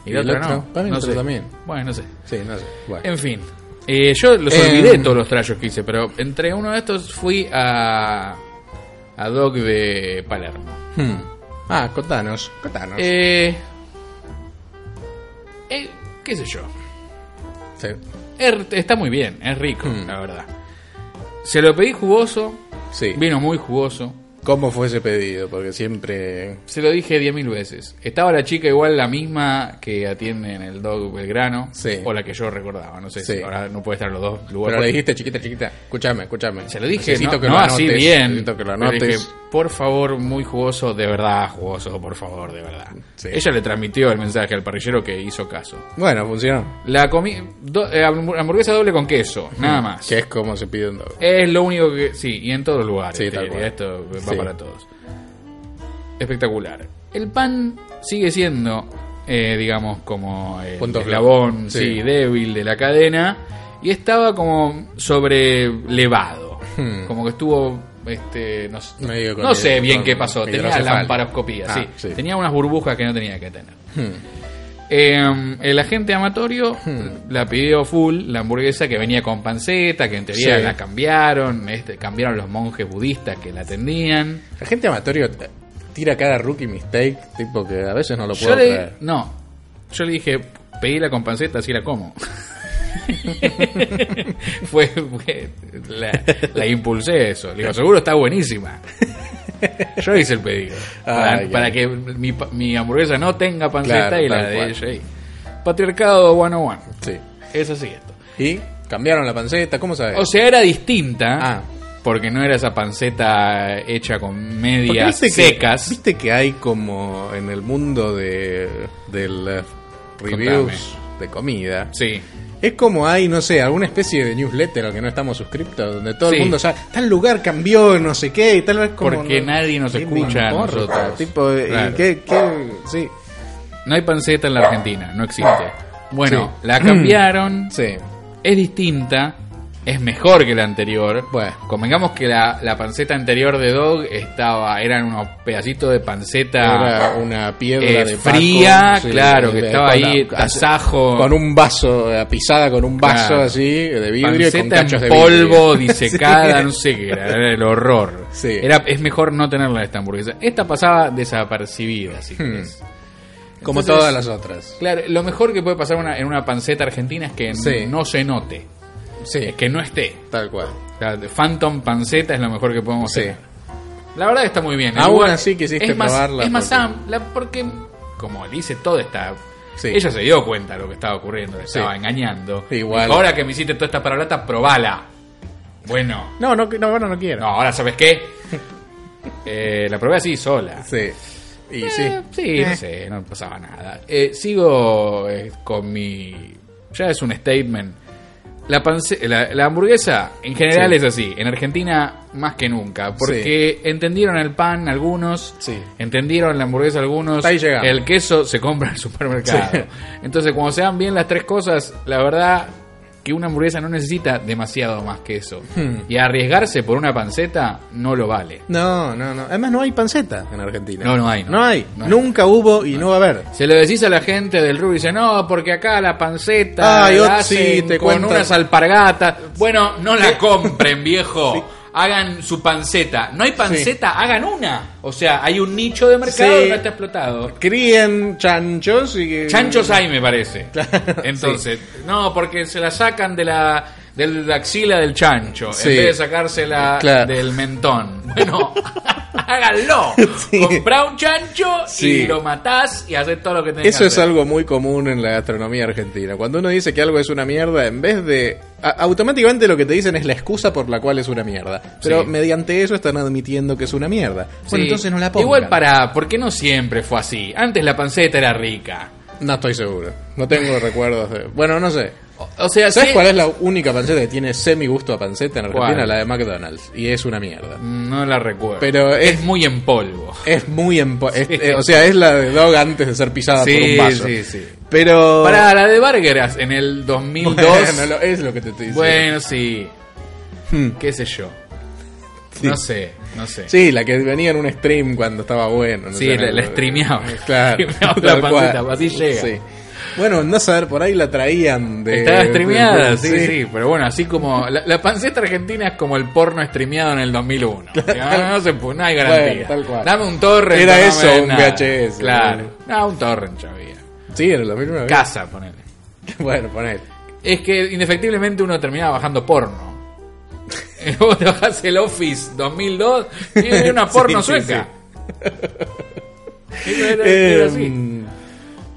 Y Y el el otro, otro, no. para mí no el otro sé. también. Bueno, no sé. Sí, no sé. Bueno. En fin. Eh, yo los Eh, olvidé todos los trayos que hice, pero entre uno de estos fui a. a Doc de Palermo. Hmm. Ah, contanos, contanos. Eh, eh, ¿Qué sé yo? Sí. Es- está muy bien, es rico, Mm. la verdad. Se lo pedí jugoso, Sí. vino muy jugoso. ¿Cómo fue ese pedido? Porque siempre. Se lo dije 10.000 veces. Estaba la chica igual la misma que atiende en el Dog Belgrano. Sí. O la que yo recordaba. No sé Sí. si ahora no puede estar en los dos Pero lugares. le dijiste, chiquita, chiquita, escúchame, escúchame. Pues Se lo dije, Necesito no, que no lo así anotes, bien. Necesito que lo Le anotes. dije, por favor, muy jugoso, de verdad, jugoso, por favor, de verdad. Sí. Ella le transmitió el mensaje al parrillero que hizo caso. Bueno, funcionó. La comi do- eh, hamburg- hamburguesa doble con queso, nada más. Que es como se pide un dog. Es lo único que. Sí, y en todos los lugares. Sí, te tal diría, cual. Esto va Sí. para todos. Espectacular. El pan sigue siendo, eh, digamos, como el Punto flaco. eslabón Sí. sí, débil de la cadena. Y estaba como sobrelevado. Hmm. Como que estuvo. Este, no, s- Medio con no hid- sé bien con qué pasó. Tenía hidrocefalia. lamparoscopía, Ah, sí. sí. Tenía unas burbujas que no tenía que tener. Eh, el agente amatorio Hmm. la pidió full, la hamburguesa que venía con panceta, que en teoría Sí. la cambiaron, este, cambiaron los monjes budistas que la atendían. La gente amatorio t- tira cada rookie mistake, tipo que a veces no lo puedo Yo le, creer. no, yo le dije, pedíla con panceta, así la como. fue, fue- la, la impulsé eso. Le digo, seguro está buenísima. Yo hice el pedido. Para, Ay, para ay. que mi, pa- mi hamburguesa no tenga panceta Claro, y la tal de cual. ella. ahí. Patriarcado 101. Sí. Es así esto. ¿Y? ¿Cambiaron la panceta? ¿Cómo sabes? O sea, era distinta. Ah. Porque no era esa panceta hecha con Porque medias viste que- secas. Viste que hay como en el mundo de, del eh, reviews de comida. Sí. Es como hay, no sé, alguna especie de newsletter al que no estamos suscriptos, donde todo Sí. el mundo sabe, tal lugar cambió, no sé qué, y tal vez como... Porque no- nadie nos ¿Qué me escucha a importa? nosotros. Tipo, eh, Claro. ¿qué- qué? Sí. No hay panceta en la Argentina, no existe. Bueno, Sí. Mm. la cambiaron, Sí. es distinta, es mejor que la anterior. Bueno. Convengamos que la, la panceta anterior de Dog estaba, eran unos pedacitos de Era panceta una piedra eh, de Paco, fría, sí, claro, que de- estaba con la- ahí, tasajo. Con un vaso, eh, pisada con un vaso Claro. así, eh, de vidrio, y con panceta cachos de en polvo, vidrio. disecada, Sí. no sé qué era, era el horror. Sí. Era, es mejor no tenerla esta hamburguesa. Esta pasaba desapercibida, Hmm. si querés. Como Entonces, todas las otras. Claro, lo mejor que puede pasar una- en una panceta argentina es que Sí. no se note, Sí, es que no esté. tal cual. O sea, de Phantom panceta es lo mejor que podemos Sí. hacer. La verdad que está muy bien. El Aún lugar así quisiste es más, probarla Es más porque- am- la- porque como le hice toda esta. Sí. Ella se dio cuenta de lo que estaba ocurriendo, le estaba Sí. engañando. Igual. Dijo, ahora que me hiciste toda esta parablata, probala. Bueno, No, no, no, bueno, no quiero. no, ahora sabes qué. Eh, la probé así sola. Sí. Y sí. Eh, sí, no sé, no pasaba nada. Eh, sigo eh, con mi. Ya es un statement. La, pance- la, la hamburguesa en general Sí. es así. En Argentina, más que nunca. Porque entendieron el pan algunos. Sí. Entendieron la hamburguesa algunos. Hasta ahí llegamos. El queso se compra en el supermercado. Sí. Entonces, cuando se dan bien las tres cosas, la verdad que una hamburguesa no necesita demasiado más que eso. Hmm. Y arriesgarse por una panceta no lo vale. No, no, no. Además no hay panceta en Argentina. No, no hay, no. No, hay. No hay. Nunca hubo y no, va a haber. Se lo decís a la gente del rubio y dice, no, porque acá la panceta Ah, la yo- hacen sí, te con cuento. unas alpargatas. Bueno, no la compren, viejo. Hagan su panceta. No hay panceta, hagan una. O sea, hay un nicho de mercado Sí. que no está explotado. Crían chanchos y... Chanchos hay, me parece. Claro, Entonces, no, porque se la sacan de la, de la axila del chancho Sí. en vez de sacársela Claro. del mentón. Bueno, háganlo. Sí. Comprá un chancho y Sí. lo matás y haces todo lo que tenés que Eso es hacer. algo muy común en la gastronomía argentina. Cuando uno dice que algo es una mierda, en vez de... a- automáticamente lo que te dicen es la excusa por la cual es una mierda. Pero Sí. mediante eso están admitiendo que es una mierda. Bueno, Sí. entonces no la pongan. Igual para, porque no siempre fue así. Antes la panceta era rica. No estoy seguro. No tengo recuerdos de... Bueno, no sé. O, o sea, ¿Sabes sí- cuál es la única panceta que tiene semi gusto a panceta en Argentina? ¿Cuál? La de McDonald's. Y es una mierda. No la recuerdo. Pero es, es- muy en polvo. Es muy en po- es- eh, o sea, es la de Dog antes de ser pisada Sí, Ah, por un vaso. sí, sí. Pero Para la de Vargas en el 2002. Bueno, lo- es lo que te estoy diciendo. Bueno, sí. Hmm. ¿Qué sé yo? No sé, no sé. Sí, la que venía en un stream cuando estaba bueno. no Sí, sé, la- no- la streameaba. Claro. Streameaba la tal panceta, cual. así llega. Sí. Bueno, andás a ver, por ahí la traían de... Estaba streameada, de- sí, sí, pero bueno, así como la, la panceta argentina es como el porno streameado en el 2001. No, no se pu- no hay garantía. Bueno, tal cual. Dame un torrent. Era no me eso, des un nada. VHS, Claro, bueno. no, un torrent ya había. Sí, en el 2009. Casa, ponele. Bueno, poner. Es que indefectiblemente uno terminaba bajando porno. Vos te bajás el Office 2002 y era una Sí, porno sí, sueca. Eso era- era Eh, así. Em,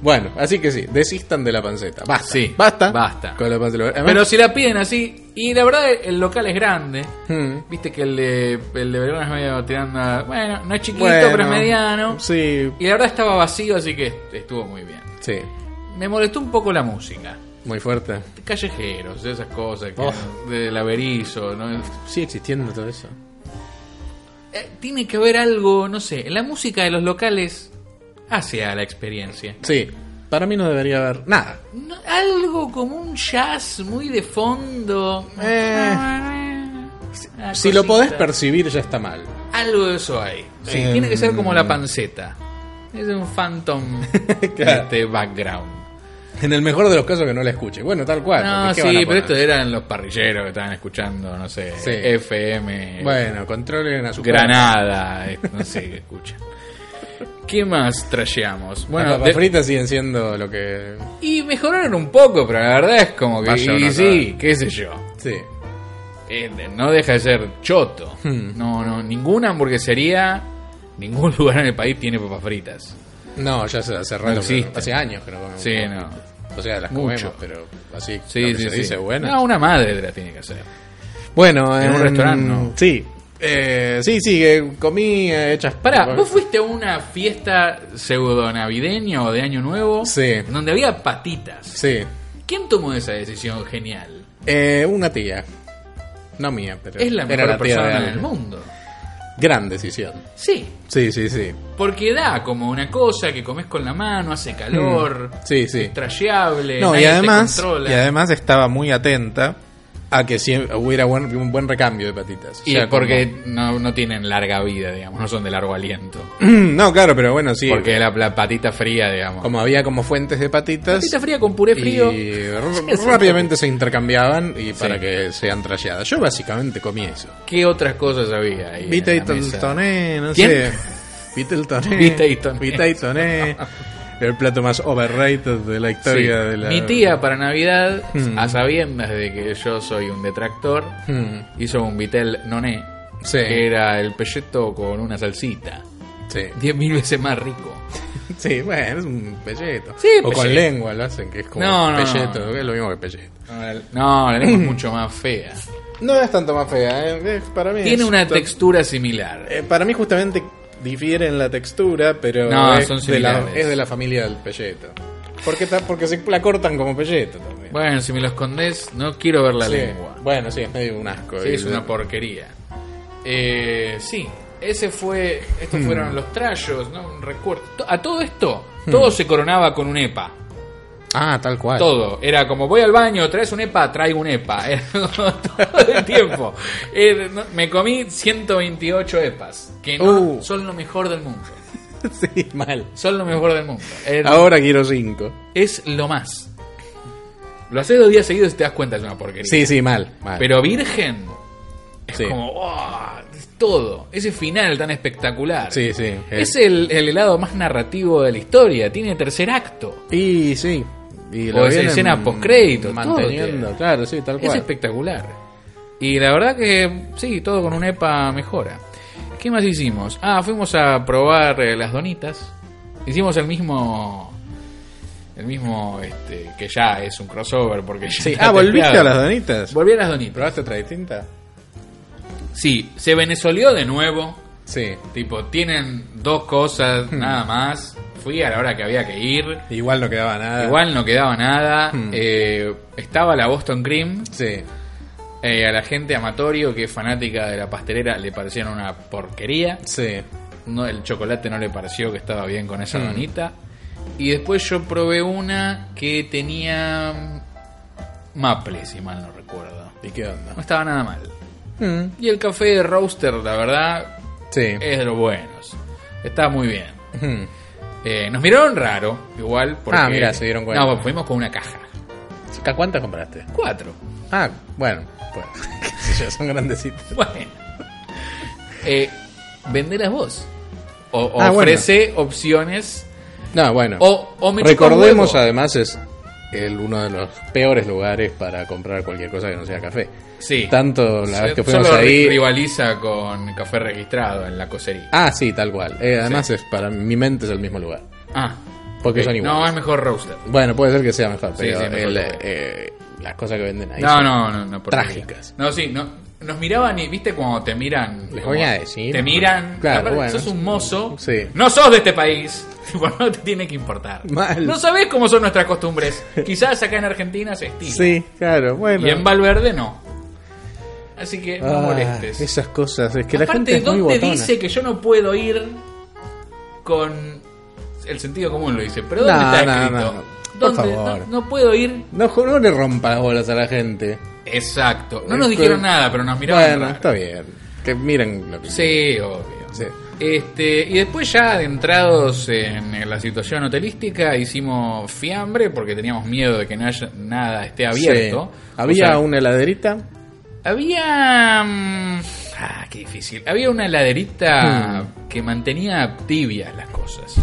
Bueno, así que sí, desistan de la panceta. Basta. Sí, mm, basta. basta. Con la panceta. Además- Pero si la piden así, y la verdad el local es grande. Hmm. Viste que el de, el de Belgrano es medio tirando a- Bueno, no es chiquito, Bueno, pero es mediano. Sí, Y la verdad estaba vacío, así que estuvo muy bien. sí. Me molestó un poco la música. Muy fuerte. Callejeros, esas cosas, que, Oh. del averizo, ¿no? Sigue existiendo todo eso. Eh, tiene que haber algo, no sé, la música de los locales hace a la experiencia. Sí, para mí no debería haber nada. No- algo como un jazz muy de fondo. Ah, Eh. Una Si lo cosita. podés percibir ya está mal. Algo de eso hay. Sí, Eh, tiene que ser como la panceta. Es un phantom Claro. este background. En el mejor de los casos que no la escuche. Bueno, tal cual. No, porque ¿qué sí, van a pero poner? esto eran los parrilleros que estaban escuchando, no sé, Sí. FM, Bueno, controlen a su Granada, eh, no sé qué escuchan. ¿Qué más trasheamos? Bueno, Bueno, las de- papas fritas siguen siendo lo que. y mejoraron un poco, pero la verdad es como que Vaya y uno a sí, qué sé yo. Sí. Eh, no deja de ser choto. Hmm. No, no, ninguna hamburguesería, ningún lugar en el país tiene papas fritas. No, ya se hace No rato. existe. hace años que no comemos. Sí, no. O sea, las Mucho. comemos, pero así. Sí, lo que sí, se sí. dice, bueno. No, una madre te la tiene que hacer. Bueno, En un em, restaurante, no. Sí. Eh, sí, sí, que comí eh, hechas. Pará, ¿vos fuiste a una fiesta pseudo navideña o de Año Nuevo? Sí. Donde había patitas. Sí. ¿Quién tomó esa decisión genial? Eh, una tía. No mía, pero. Es la era mejor tía de persona alguien. del mundo. Gran decisión. Sí, Sí, sí, sí. porque da como una cosa que comes con la mano, hace calor, Sí, sí. es trasheable, Hmm. No, y nadie te además, controla. y además estaba muy atenta a que sie- hubiera buen- un buen recambio de patitas. Y O sea, porque no, no tienen larga vida, digamos, no son de largo aliento. como- mm, no, claro, pero bueno, sí. Porque la, la patita fría, digamos. como había como fuentes de patitas. patita fría con puré frío. Y r- rápidamente se intercambiaban y para Sí. que sean tralladas. Yo básicamente comí eso. ¿Qué otras cosas había ahí? en Vita y la mesa? Toné, no ¿Quién? sé. Vita y Toné. Vita y Toné. Vita y Toné. El plato más overrated de la Sí. historia de la. Mi tía para Navidad, a sabiendas de que yo soy un detractor, Hmm, hizo un vitel noné, Sí. que era el pelleto con una salsita. sí. Diez mil veces más rico. Sí, bueno, es un pelleto. Sí, o con pelleto. lengua lo hacen, que es como No, no, pelleto, no. que es lo mismo que pelleto. No, la Hmm. lengua es mucho más fea. No es tanto más fea, eh, es- para mí. Tiene es- una textura similar. eh, para mí justamente difiere en la textura, pero No, es, son de la, similares. es de la familia del pelleto. Porque, ta- porque se la cortan como pelleto también. Bueno, si me lo escondes, no quiero ver la Sí. lengua. Bueno, sí, es medio un asco. Sí, Y- es una porquería. Eh, sí, ese fue. Hmm. Estos fueron los trayos, ¿no? Un recuerdo. To- A todo esto, Hmm. todo se coronaba con un E EPA. Ah, tal cual. Todo. Era como voy al baño, traes un EPA, traigo un EPA. Era como todo el tiempo. Eh, no- me comí 128 EPAs, que no Uh. son lo mejor del mundo. Sí, mal. Son lo mejor del mundo. Eh, Ahora quiero cinco. Es lo más. Lo haces dos días seguidos y te das cuenta que es una porquería. Sí, sí, mal. mal. Pero virgen, es Sí. como, ¡oh! es todo. Ese final tan espectacular. Sí, sí. eh. Es el, el helado más narrativo de la historia. Tiene tercer acto. Y sí. Y O esa vienen Pues, escena postcrédito, Manteniendo, todo, tío. claro, sí, tal Es cual. espectacular. Y la verdad que, sí, todo con un EPA mejora. ¿Qué más hicimos? Ah, fuimos a probar eh, las donitas. Hicimos el mismo. El mismo, este, que ya es un crossover porque ya Sí. está Ah, ¿volviste a testeado. las donitas? Volví a las donitas. ¿Probaste otra distinta? Sí, se venezoleó de nuevo. Sí. Tipo, tienen dos cosas Hmm. nada más. Fui a la hora que había que ir. Igual no quedaba nada. Igual no quedaba nada. Hmm. Eh, estaba la Boston Cream. Sí. Eh, a la gente amatorio que es fanática de la pastelera le parecieron una porquería. Sí. No, el chocolate no le pareció que estaba bien con Mm. esa donita. Y después yo probé una que tenía maple, si mal no recuerdo. ¿Y qué No onda? Mm, estaba nada mal. Y el café de roaster, la verdad, Sí. es de los buenos. Está muy bien. Eh, nos miraron raro, igual. Porque, Ah, mira, se dieron cuenta. No, fuimos con una caja. ¿Cuántas compraste? Cuatro. Ah, bueno. Bueno. Qué sé yo, son grandecitas. Bueno. Eh, vendelas vos. O, o Ah, bueno. ofrece opciones. No, bueno. O, o me chupa un Recordemos huevo. además es el uno de los peores lugares para comprar cualquier cosa que no sea café. Sí. Tanto la vez que Solo fuimos ahí. rivaliza con café registrado en la cosería. Ah, sí, tal cual. Eh, además es para mi mente es el mismo lugar. Ah. Porque son iguales. No, es mejor roaster. Bueno, puede ser que sea mejor, Sí, pero sí, mejor el, todavía. eh, las cosas que venden ahí. No, son- no, no, no. por Trágicas. favor. No, sí, no. Nos miraban y, viste, cuando te miran. Les como- voy a decir. Te miran. Claro, aparte, bueno. Sos un mozo. Sí. No sos de este país. Tipo, no te tiene que importar. Mal. No sabés cómo son nuestras costumbres. Quizás acá en Argentina se estila. Sí, claro, bueno. Y en Valverde no. Así que no Ah, molestes. Esas cosas, es que la Aparte, gente es muy ¿dónde botona. dice que yo no puedo ir con el sentido común? Lo dice, pero ¿dónde No, está no, escrito? no. Por ¿Dónde? favor. No, no puedo ir. No, jo- no le rompa las bolas a la gente. Exacto. No Es nos que- dijeron nada, pero nos miraban. Eh, bueno, raro. está bien. Que miren lo que Sí, obvio. Sí. Este, y después ya adentrados en la situación hotelística, hicimos fiambre porque teníamos miedo de que no haya- nada esté abierto. Sí. O Había sea, una heladerita. Había. mm, Ah, qué difícil. Había una heladerita Hmm. que mantenía tibias las cosas.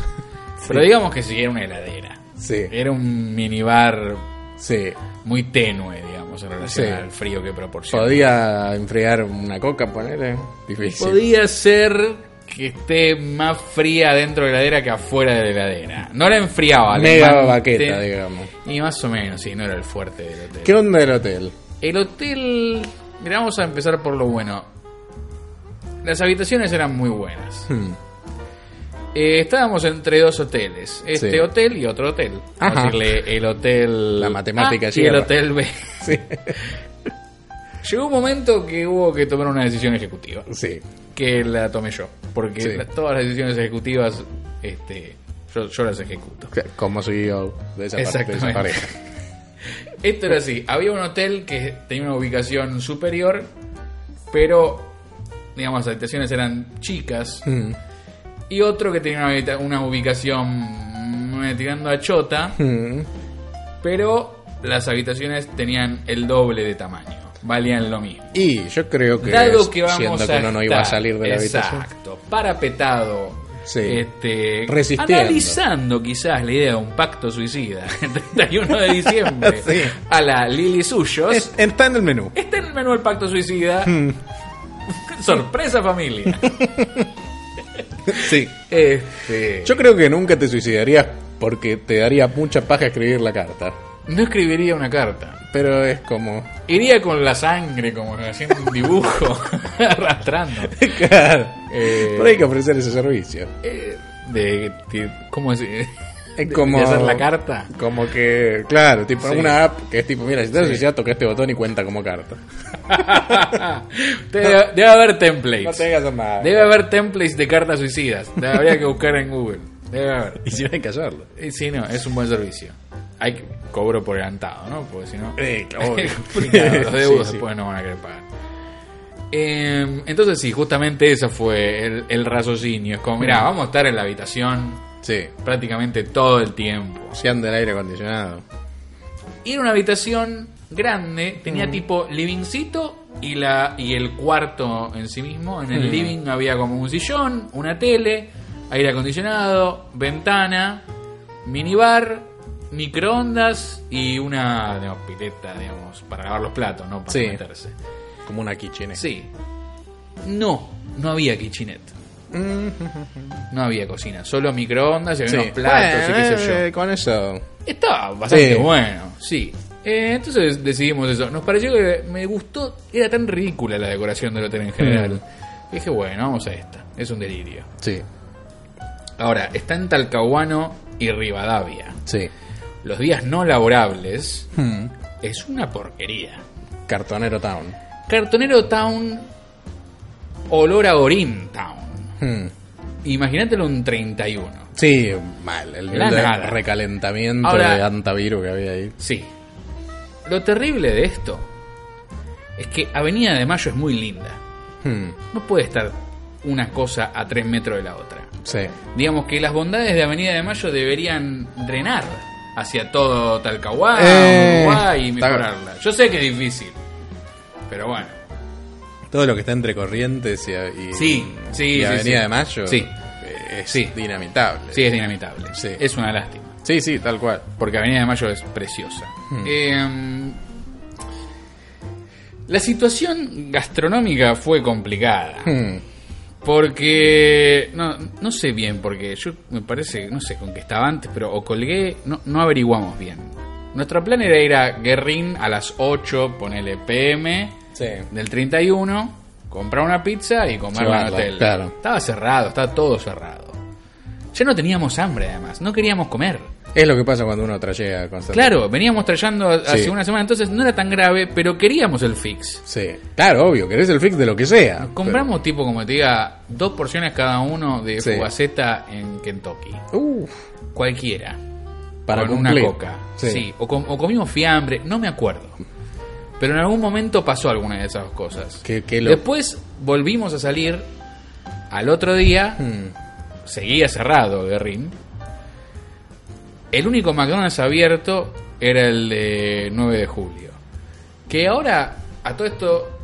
Pero digamos que sí, era una heladera. Sí. Era un minibar Sí. muy tenue, digamos, en relación Sí. al frío que proporciona. Podía enfriar una coca, ponele. Difícil. Podía ser que esté más fría dentro de la heladera que afuera de la heladera. No la enfriaba, la Mega manten- baqueta, digamos. Y más o menos, sí, no era el fuerte del hotel. ¿Qué onda el hotel? El hotel. Mira, vamos a empezar por lo bueno. Las habitaciones eran muy buenas. Hmm. Eh, estábamos entre dos hoteles, este Sí. hotel y otro hotel. Vamos Ajá. a decirle el hotel La matemática A y el cierra. hotel B. Sí. Llegó un momento que hubo que tomar una decisión ejecutiva, Sí. que la tomé yo, porque Sí. la- todas las decisiones ejecutivas, este, yo, yo las ejecuto. Como soy yo de esa, parte, de esa Exactamente. pareja. Esto era así, había un hotel que tenía una ubicación superior, pero digamos las habitaciones eran chicas Hmm. y otro que tenía una, habita- una ubicación mm, tirando a chota, Hmm. pero las habitaciones tenían el doble de tamaño, valían lo mismo. Y yo creo que, Dado es- que vamos siendo a que uno no iba a estar, salir de la habitación. Exacto, parapetado. Sí. Este, Resistiendo. analizando quizás la idea de un pacto suicida el 31 de diciembre Sí. a la Lili Suyos. Es- está en el menú. Está en Este el Hmm. menú el pacto suicida. Sorpresa familia. Sí. Este, Yo creo que nunca te suicidarías porque te daría mucha paja escribir la carta. no escribiría una carta. Pero es como. Iría con la sangre, como haciendo un dibujo, arrastrando. Claro. Eh, Pero hay que ofrecer ese servicio. eh, de, de- ¿Cómo es? Es como. De hacer la carta. Como que, claro, tipo Sí. una app que es tipo, mira, si te das suicidas, toca este botón y cuenta como carta. debe, debe haber templates. No te hagas nada. Debe haber templates de cartas suicidas. De- Habría que buscar en Google. Debe haber. Y si no hay que hacerlo. Eh, Sí, no, es un buen servicio. Hay que- cobro por adelantado, ¿no? Porque si no. Eh, claro, obvio. Claro, Pues los deudos Sí, sí. después no van a querer pagar. Eh, entonces, sí, justamente ese fue el, el raciocinio. Es como, mira, vamos a estar en la habitación Sí. prácticamente todo el tiempo. Si anda el aire acondicionado. Y era una habitación grande, Mm. tenía tipo livingcito y, la, y el cuarto en sí mismo. En el living había como un sillón, una tele, aire acondicionado, ventana, minibar, microondas y una digamos, pileta, digamos, para lavar los platos, ¿no? Para Sí. meterse. Como una kitchenette. Sí. No, no había kitchenette. No había cocina, solo microondas y había Mm. Sí. unos platos y qué sé yo. Bueno, eh, Con eso. Estaba bastante Sí. bueno, sí. Eh, entonces decidimos eso. Nos pareció que me gustó, era tan ridícula la decoración del hotel en general. Mm. Dije, bueno, vamos a esta. Es un delirio. Sí. Ahora, está en Talcahuano y Rivadavia. Sí. Los días no laborables Mm. es una porquería. Cartonero Town. Cartonero Town, olor a Orin Town. Hmm. Imagínatelo un 31. Sí, mal. El La nivel de nada. recalentamiento Ahora- de antivirus que había ahí. Sí. Lo terrible de esto es que Avenida de Mayo es muy linda. Hmm. No puede estar una cosa a tres metros de la otra. Sí. Digamos que las bondades de Avenida de Mayo deberían drenar hacia todo Talcahuano, Eh, Uruguay y está- mejorarla. Yo sé que es difícil, pero bueno. Todo lo que está entre Corrientes y, y- Sí, sí, y sí, Avenida sí. de Mayo Sí. eh, es Sí. dinamitable. Sí, es dinamitable. Sí. Es una lástima. sí, sí, tal cual. Porque Avenida de Mayo es preciosa. Hmm. Eh, la situación gastronómica fue complicada. Hmm. Porque. No, no sé bien, porque yo me parece, no sé con qué estaba antes, pero o colgué, no, no averiguamos bien. Nuestro plan era ir a Guerrín a las 8, ponele PM Sí. del 31, comprar una pizza y comerla en el Llevarla, hotel. claro. Estaba cerrado, estaba todo cerrado. Ya no teníamos hambre además, no queríamos comer. Es lo que pasa cuando uno trayea constantemente. Claro, veníamos trayendo hace Sí. una semana, entonces no era tan grave, pero queríamos el fix. Sí. Claro, obvio, querés el fix de lo que sea. Compramos tipo, como te diga, dos porciones cada uno de Sí. fugaceta en Kentucky. pero- Uf, Cualquiera. para con cumplir. una coca. Sí. Sí. O, com- o comimos fiambre, no me acuerdo. Pero en algún momento pasó alguna de esas cosas. Qué- qué lo- Después volvimos a salir. Al otro día Hmm. seguía cerrado Guerrín. El único McDonald's abierto era el de 9 de julio. Que ahora, a todo esto,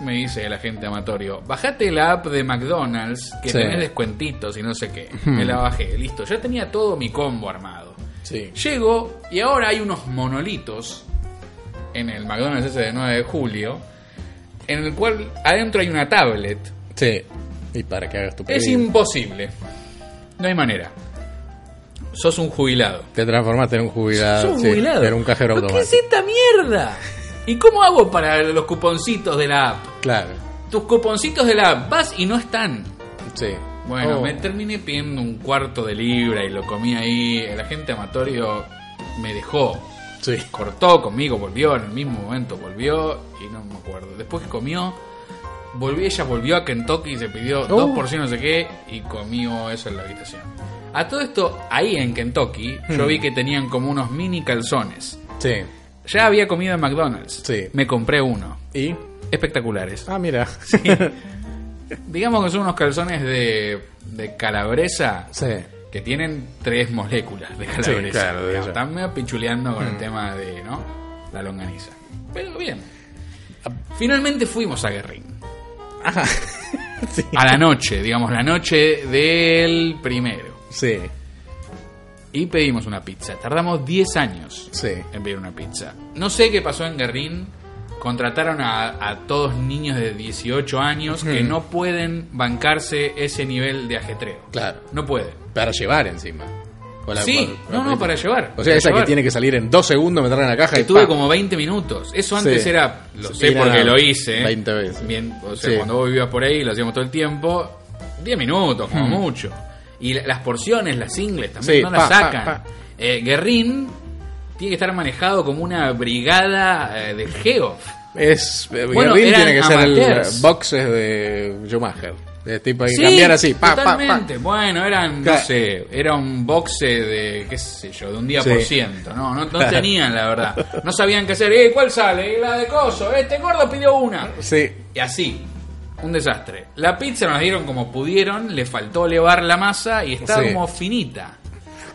me dice la gente amatorio, bajate la app de McDonald's, que Sí. Hmm. tenés descuentitos y no sé qué. Me la bajé, listo. Ya tenía todo mi combo armado. Sí. Llego y ahora hay unos monolitos en el McDonald's ese de 9 de julio, en el cual adentro hay una tablet. Sí. Y para que hagas tu Es pedido. imposible. No hay manera. Sos un jubilado. Te transformaste en un jubilado. Sos un Ah, sí, jubilado. Era un cajero ¿Pero ¿Qué es automático. esta mierda? ¿Y cómo hago para los cuponcitos de la app? Claro. Tus cuponcitos de la app vas y no están. Sí. Bueno, Oh. me terminé pidiendo un cuarto de libra y lo comí ahí. El agente amatorio me dejó. Sí. cortó conmigo, volvió en el mismo momento, volvió y no me acuerdo. Después comió, volvió, ella volvió a Kentucky y se Uh. pidió dos porciones no sé qué y comió eso en la habitación. A todo esto, ahí en Kentucky, Hmm. yo vi que tenían como unos mini calzones. Sí. Ya había comido en McDonald's. Sí. Me compré uno. Y. Espectaculares. Ah, mira. Digamos que son unos calzones de, de calabresa sí. que tienen tres moléculas de calabresa. Sí, claro, de Mm. esa. digamos. Están medio pichuleando con el tema de, ¿no? La longaniza. Pero bien. Finalmente fuimos a Guerrín. A la noche, digamos, la noche del primero. Sí. Y pedimos una pizza. Tardamos 10 años Sí. en pedir una pizza. No sé qué pasó en Guerrín, contrataron a, a todos niños de 18 años que no pueden bancarse ese nivel de ajetreo. Claro. No pueden. Para llevar encima. Con la- sí, con- con la no, no, película. para llevar. O sea, esa que llevar. tiene que salir en dos segundos, meterla en la caja y Estuve ¡pa! como 20 minutos. Eso antes Sí. era, lo Sí, sé era porque lo hice. 20 veces. Bien, o sea, Sí. cuando vos vivías por ahí, lo hacíamos todo el tiempo. 10 minutos, como mucho. Y la- las porciones, las singles también Mm. Sí, no las pa, pa, sacan. pa. Eh, Guerrín tiene que estar manejado como una brigada eh, de Geoff. Es, eh, Bueno, Guerrín eran tiene que ser amateurs. el boxes de Schumacher. De tipo hay que Sí, cambiar así. Pa, pa, pa. totalmente. Bueno, eran, Claro. no sé, era un boxe de, qué sé yo, de un día Sí. por ciento. No, no, no tenían, la verdad. No sabían qué hacer. Eh, ¿Cuál sale? Eh, La de coso. Este gordo pidió una. Sí. Y así, un desastre. La pizza nos dieron como pudieron, le faltó elevar la masa y está Sí. como finita.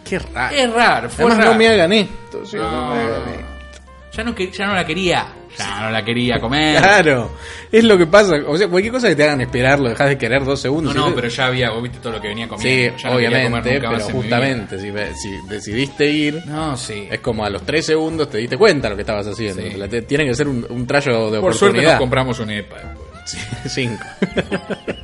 Qué raro. Es raro, fue Además, raro. no me hagan esto. sí, No, no me hagan esto. Ya, no, que- ya no la quería. Ya no la quería comer. Claro, es lo que pasa. O sea, cualquier cosa que te hagan esperar, lo dejas de querer dos No, segundos. no, Si te- pero ya había, vos viste todo lo que venía Sí, comiendo. ya no quería comer obviamente, nunca pero más en mi vida. justamente, si, ve- si decidiste ir, No, sí. es como a los tres segundos te diste cuenta lo que estabas haciendo. Sí. La te- Tiene que ser un, un trayo de Por suerte nos oportunidad. compramos un EPA. pues. después. Cinco.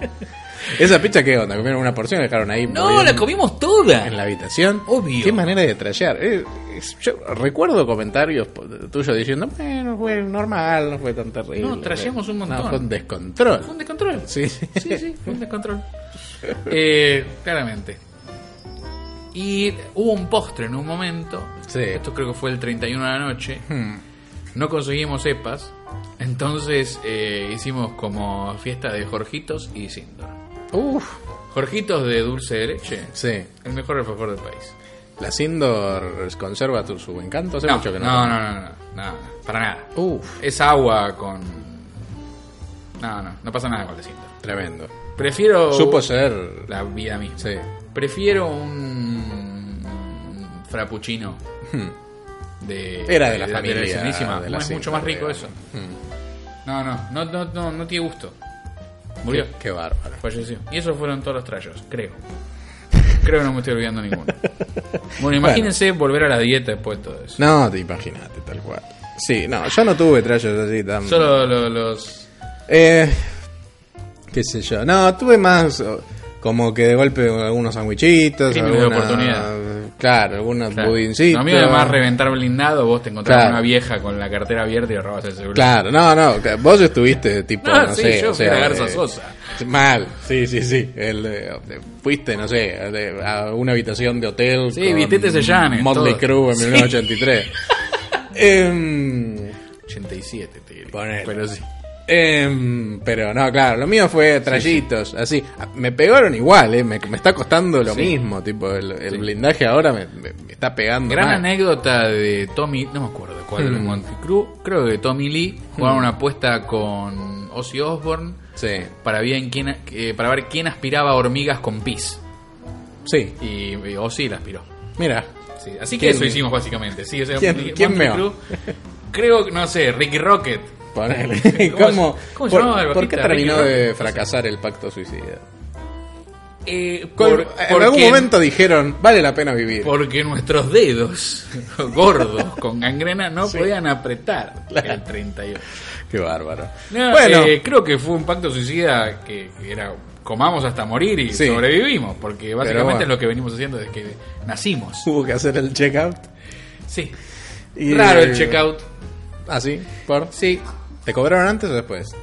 Esa pizza, ¿qué onda? ¿Comieron una porción y dejaron ahí? No, moviendo la comimos toda. En la habitación. Obvio. Qué manera de trallar. Eh, es- yo recuerdo comentarios po- tuyos diciendo, bueno, fue normal, no fue tan terrible. No, trallamos un montón. No, fue un descontrol. Fue un descontrol. Sí. Sí, sí, fue un descontrol. Eh, claramente. Y hubo un postre en un momento. Sí. Hmm. Esto creo que fue el 31 de la noche. No conseguimos cepas. Entonces eh, hicimos como fiesta de Jorgitos y Sindor. Uf, Jorgitos de dulce de leche. sí. El mejor alfajor del país. La Sindor conserva tu, su encanto. Hace No, mucho que no. no, no, no, no, no, para nada. Uf, Es agua con... No, no, no pasa nada con el Sindor. tremendo. Prefiero... Supo ser. La vida misma. Sí. Prefiero un frappuccino de, Hmm. Era de la familia, la Santísima. de No, la es mucho Sindor, más rico de- eso. No, no, no, no, no, no tiene gusto. Murió, Qué, qué bárbaro. falleció. Y esos fueron todos los trayos, creo. Creo que no me estoy olvidando ninguno. Bueno, imagínense volver a la dieta después de todo eso. No, te imaginaste, tal cual. Sí, no, yo no tuve trayos así tan. Solo lo- los. Eh, qué sé yo. No, tuve más oh, como que de golpe algunos sandwichitos. Crímenes de alguna- oportunidad. Claro, algunos claro. budincitos. Lo mío además reventar blindado, vos te encontrás con Claro. una vieja con la cartera abierta y le robas el celular. Claro, no, no. que Vos estuviste tipo, No, no, Ah, sí, sé. yo o fui sea, a Garza eh, Sosa. Mal, sí, sí, sí. El, eh, fuiste, no sé, de- a una habitación de hotel. Sí, billetes de Janet, Motley todo. Crue en Sí. 1983. Em, 87, te diría. Ponele. Pero sí. Em, pero no, claro, lo mío fue trayitos, así. Ah, Me pegaron igual, eh, me, me está costando lo Sí. mismo, tipo, el, el blindaje ahora me, me- me está pegando. Gran mal. Mm. anécdota de Tommy, no me acuerdo cuál, de Montecru, creo que Tommy Lee jugaron una apuesta con Ozzy Osbourne Sí, para, bien quién, eh, para ver quién aspiraba hormigas con pis. sí, Y, y Ozzy la aspiró. mira. Sí, así que ¿Quién? eso hicimos básicamente. Sí, o sea, ¿Quién- Motley quién meó? Crue, creo, que, no sé, Ricky Rocket. Ponele. ¿Cómo, ¿Cómo- cómo se por- llamaba el ¿Por qué bajista? terminó Ricky de fracasar el pacto suicida? Eh, Col- por- en algún porque- momento dijeron, vale la pena vivir. Porque nuestros dedos gordos con gangrena no podían apretar el 38. Qué bárbaro. No, bueno, eh, creo que fue un pacto suicida que era comamos hasta morir y Sí. sobrevivimos, porque básicamente bueno. es lo que venimos haciendo desde que nacimos. hubo que hacer el checkout. Sí. Y, Raro el checkout. Ah, sí, por. Sí. ¿Te cobraron antes o después?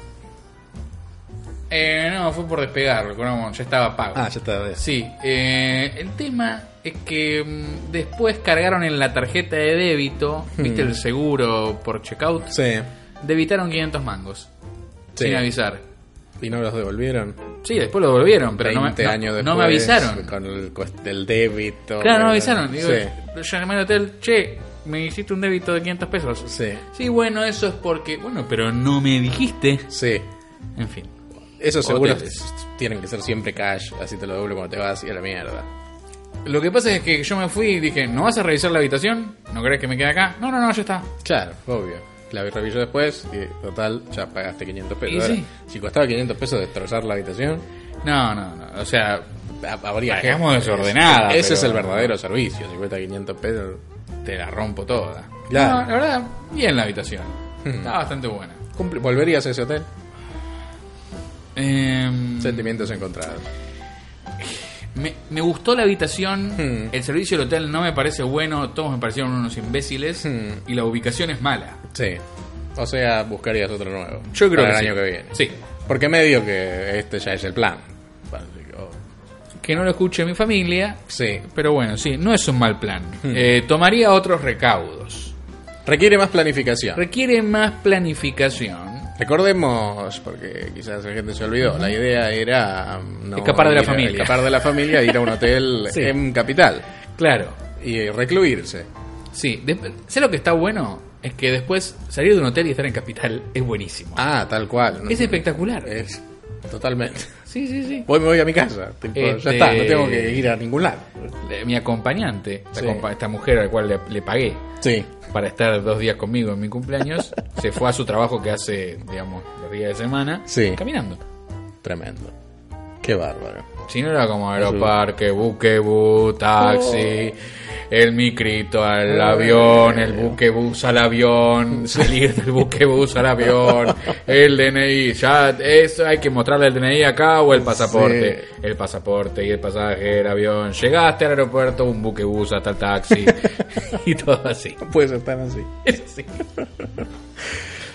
Eh, no, fue por despegar, bueno, ya estaba pago. Ah, ya está. Sí. eh, el tema es que mm, después cargaron en la tarjeta de débito, viste Hmm. el seguro por checkout, Sí. debitaron 500 mangos. Sí. Sin avisar. ¿Y no los devolvieron? Sí, después lo devolvieron, pero no me, 20 no- años después. no me avisaron. Con el, cuest- el débito. Claro, no me bueno, avisaron. Digo, Sí. Yo llamé al hotel, che, me hiciste un débito de 500 pesos. Sí. Sí, bueno, eso es porque. Bueno, pero no me dijiste. Sí. En fin. Esos seguros Hoteles. tienen que ser siempre cash. Así te lo doble cuando te vas y a la mierda. Lo que pasa es que yo me fui y dije, ¿no vas a revisar la habitación? ¿No crees que me quede acá? No, no, no, ya está. Claro, obvio. La revisó después y total, ya pagaste 500 pesos. Y Ahora, sí. Si costaba 500 pesos destrozar la habitación, No, no, no. O sea, ha- habría La gente. dejamos desordenada, Ese pero- es el verdadero servicio. Si cuesta 500 pesos. te la rompo toda. Claro. Hmm. No, la verdad, bien la habitación. Está bastante buena. Cumple- ¿Volverías a ese hotel? Em, Sentimientos encontrados. me, me gustó la habitación, Hmm. el servicio del hotel no me parece bueno, todos me parecieron unos imbéciles Hmm. y la ubicación es mala. Sí. O sea, buscarías otro nuevo. Yo creo para el que año sí. que viene. Sí. Porque medio que este ya es el plan. Así que, oh. Que no lo escuche mi familia, Sí. pero bueno, sí, no es un mal plan. Eh, tomaría otros recaudos. Requiere más planificación. Requiere más planificación. Recordemos, porque quizás la gente se olvidó, la idea era mm, no Escapar de la ir a- familia. Escapar de la familia, ir a un hotel Sí. en capital Claro, y recluirse. sí. de- ¿Sé lo que está bueno? Es que después salir de un hotel y estar en capital es buenísimo. Ah, tal cual. Es espectacular. Es- totalmente. Sí, sí, sí. Voy, me voy a mi casa. tipo, Este- Ya está, no tengo que ir a ningún lado. Eh, Mi acompañante, esta Sí. compa- esta mujer a la cual le, le pagué Sí. para estar dos días conmigo en mi cumpleaños, se fue a su trabajo que hace, digamos, los días de semana, Sí. caminando. Tremendo. Qué bárbaro. Si no era como aeroparque, buquebú, taxi, el micrito al avión, el buquebús al avión, salir del buquebús al avión, el DNI, ya eso hay que mostrarle el DNI acá o el pasaporte, el pasaporte y el pasaje, el avión, llegaste al aeropuerto, un buquebús hasta el taxi y todo así. No puedes estar así.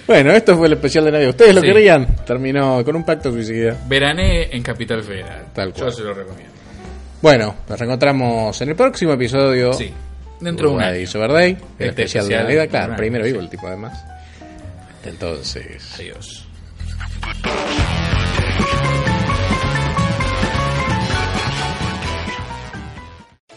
Bueno, esto fue el especial de nadie. Ustedes lo Sí. querían. Terminó con un pacto suicida. Verané en Capital Federal. Tal Yo cual. se lo recomiendo. Bueno, nos reencontramos en el próximo episodio. Sí. Dentro de un Uruguay año. Sober Day, el Este especial, especial de Navidad, de claro, Navidad, primero sí. vivo el tipo además. Entonces, Adiós.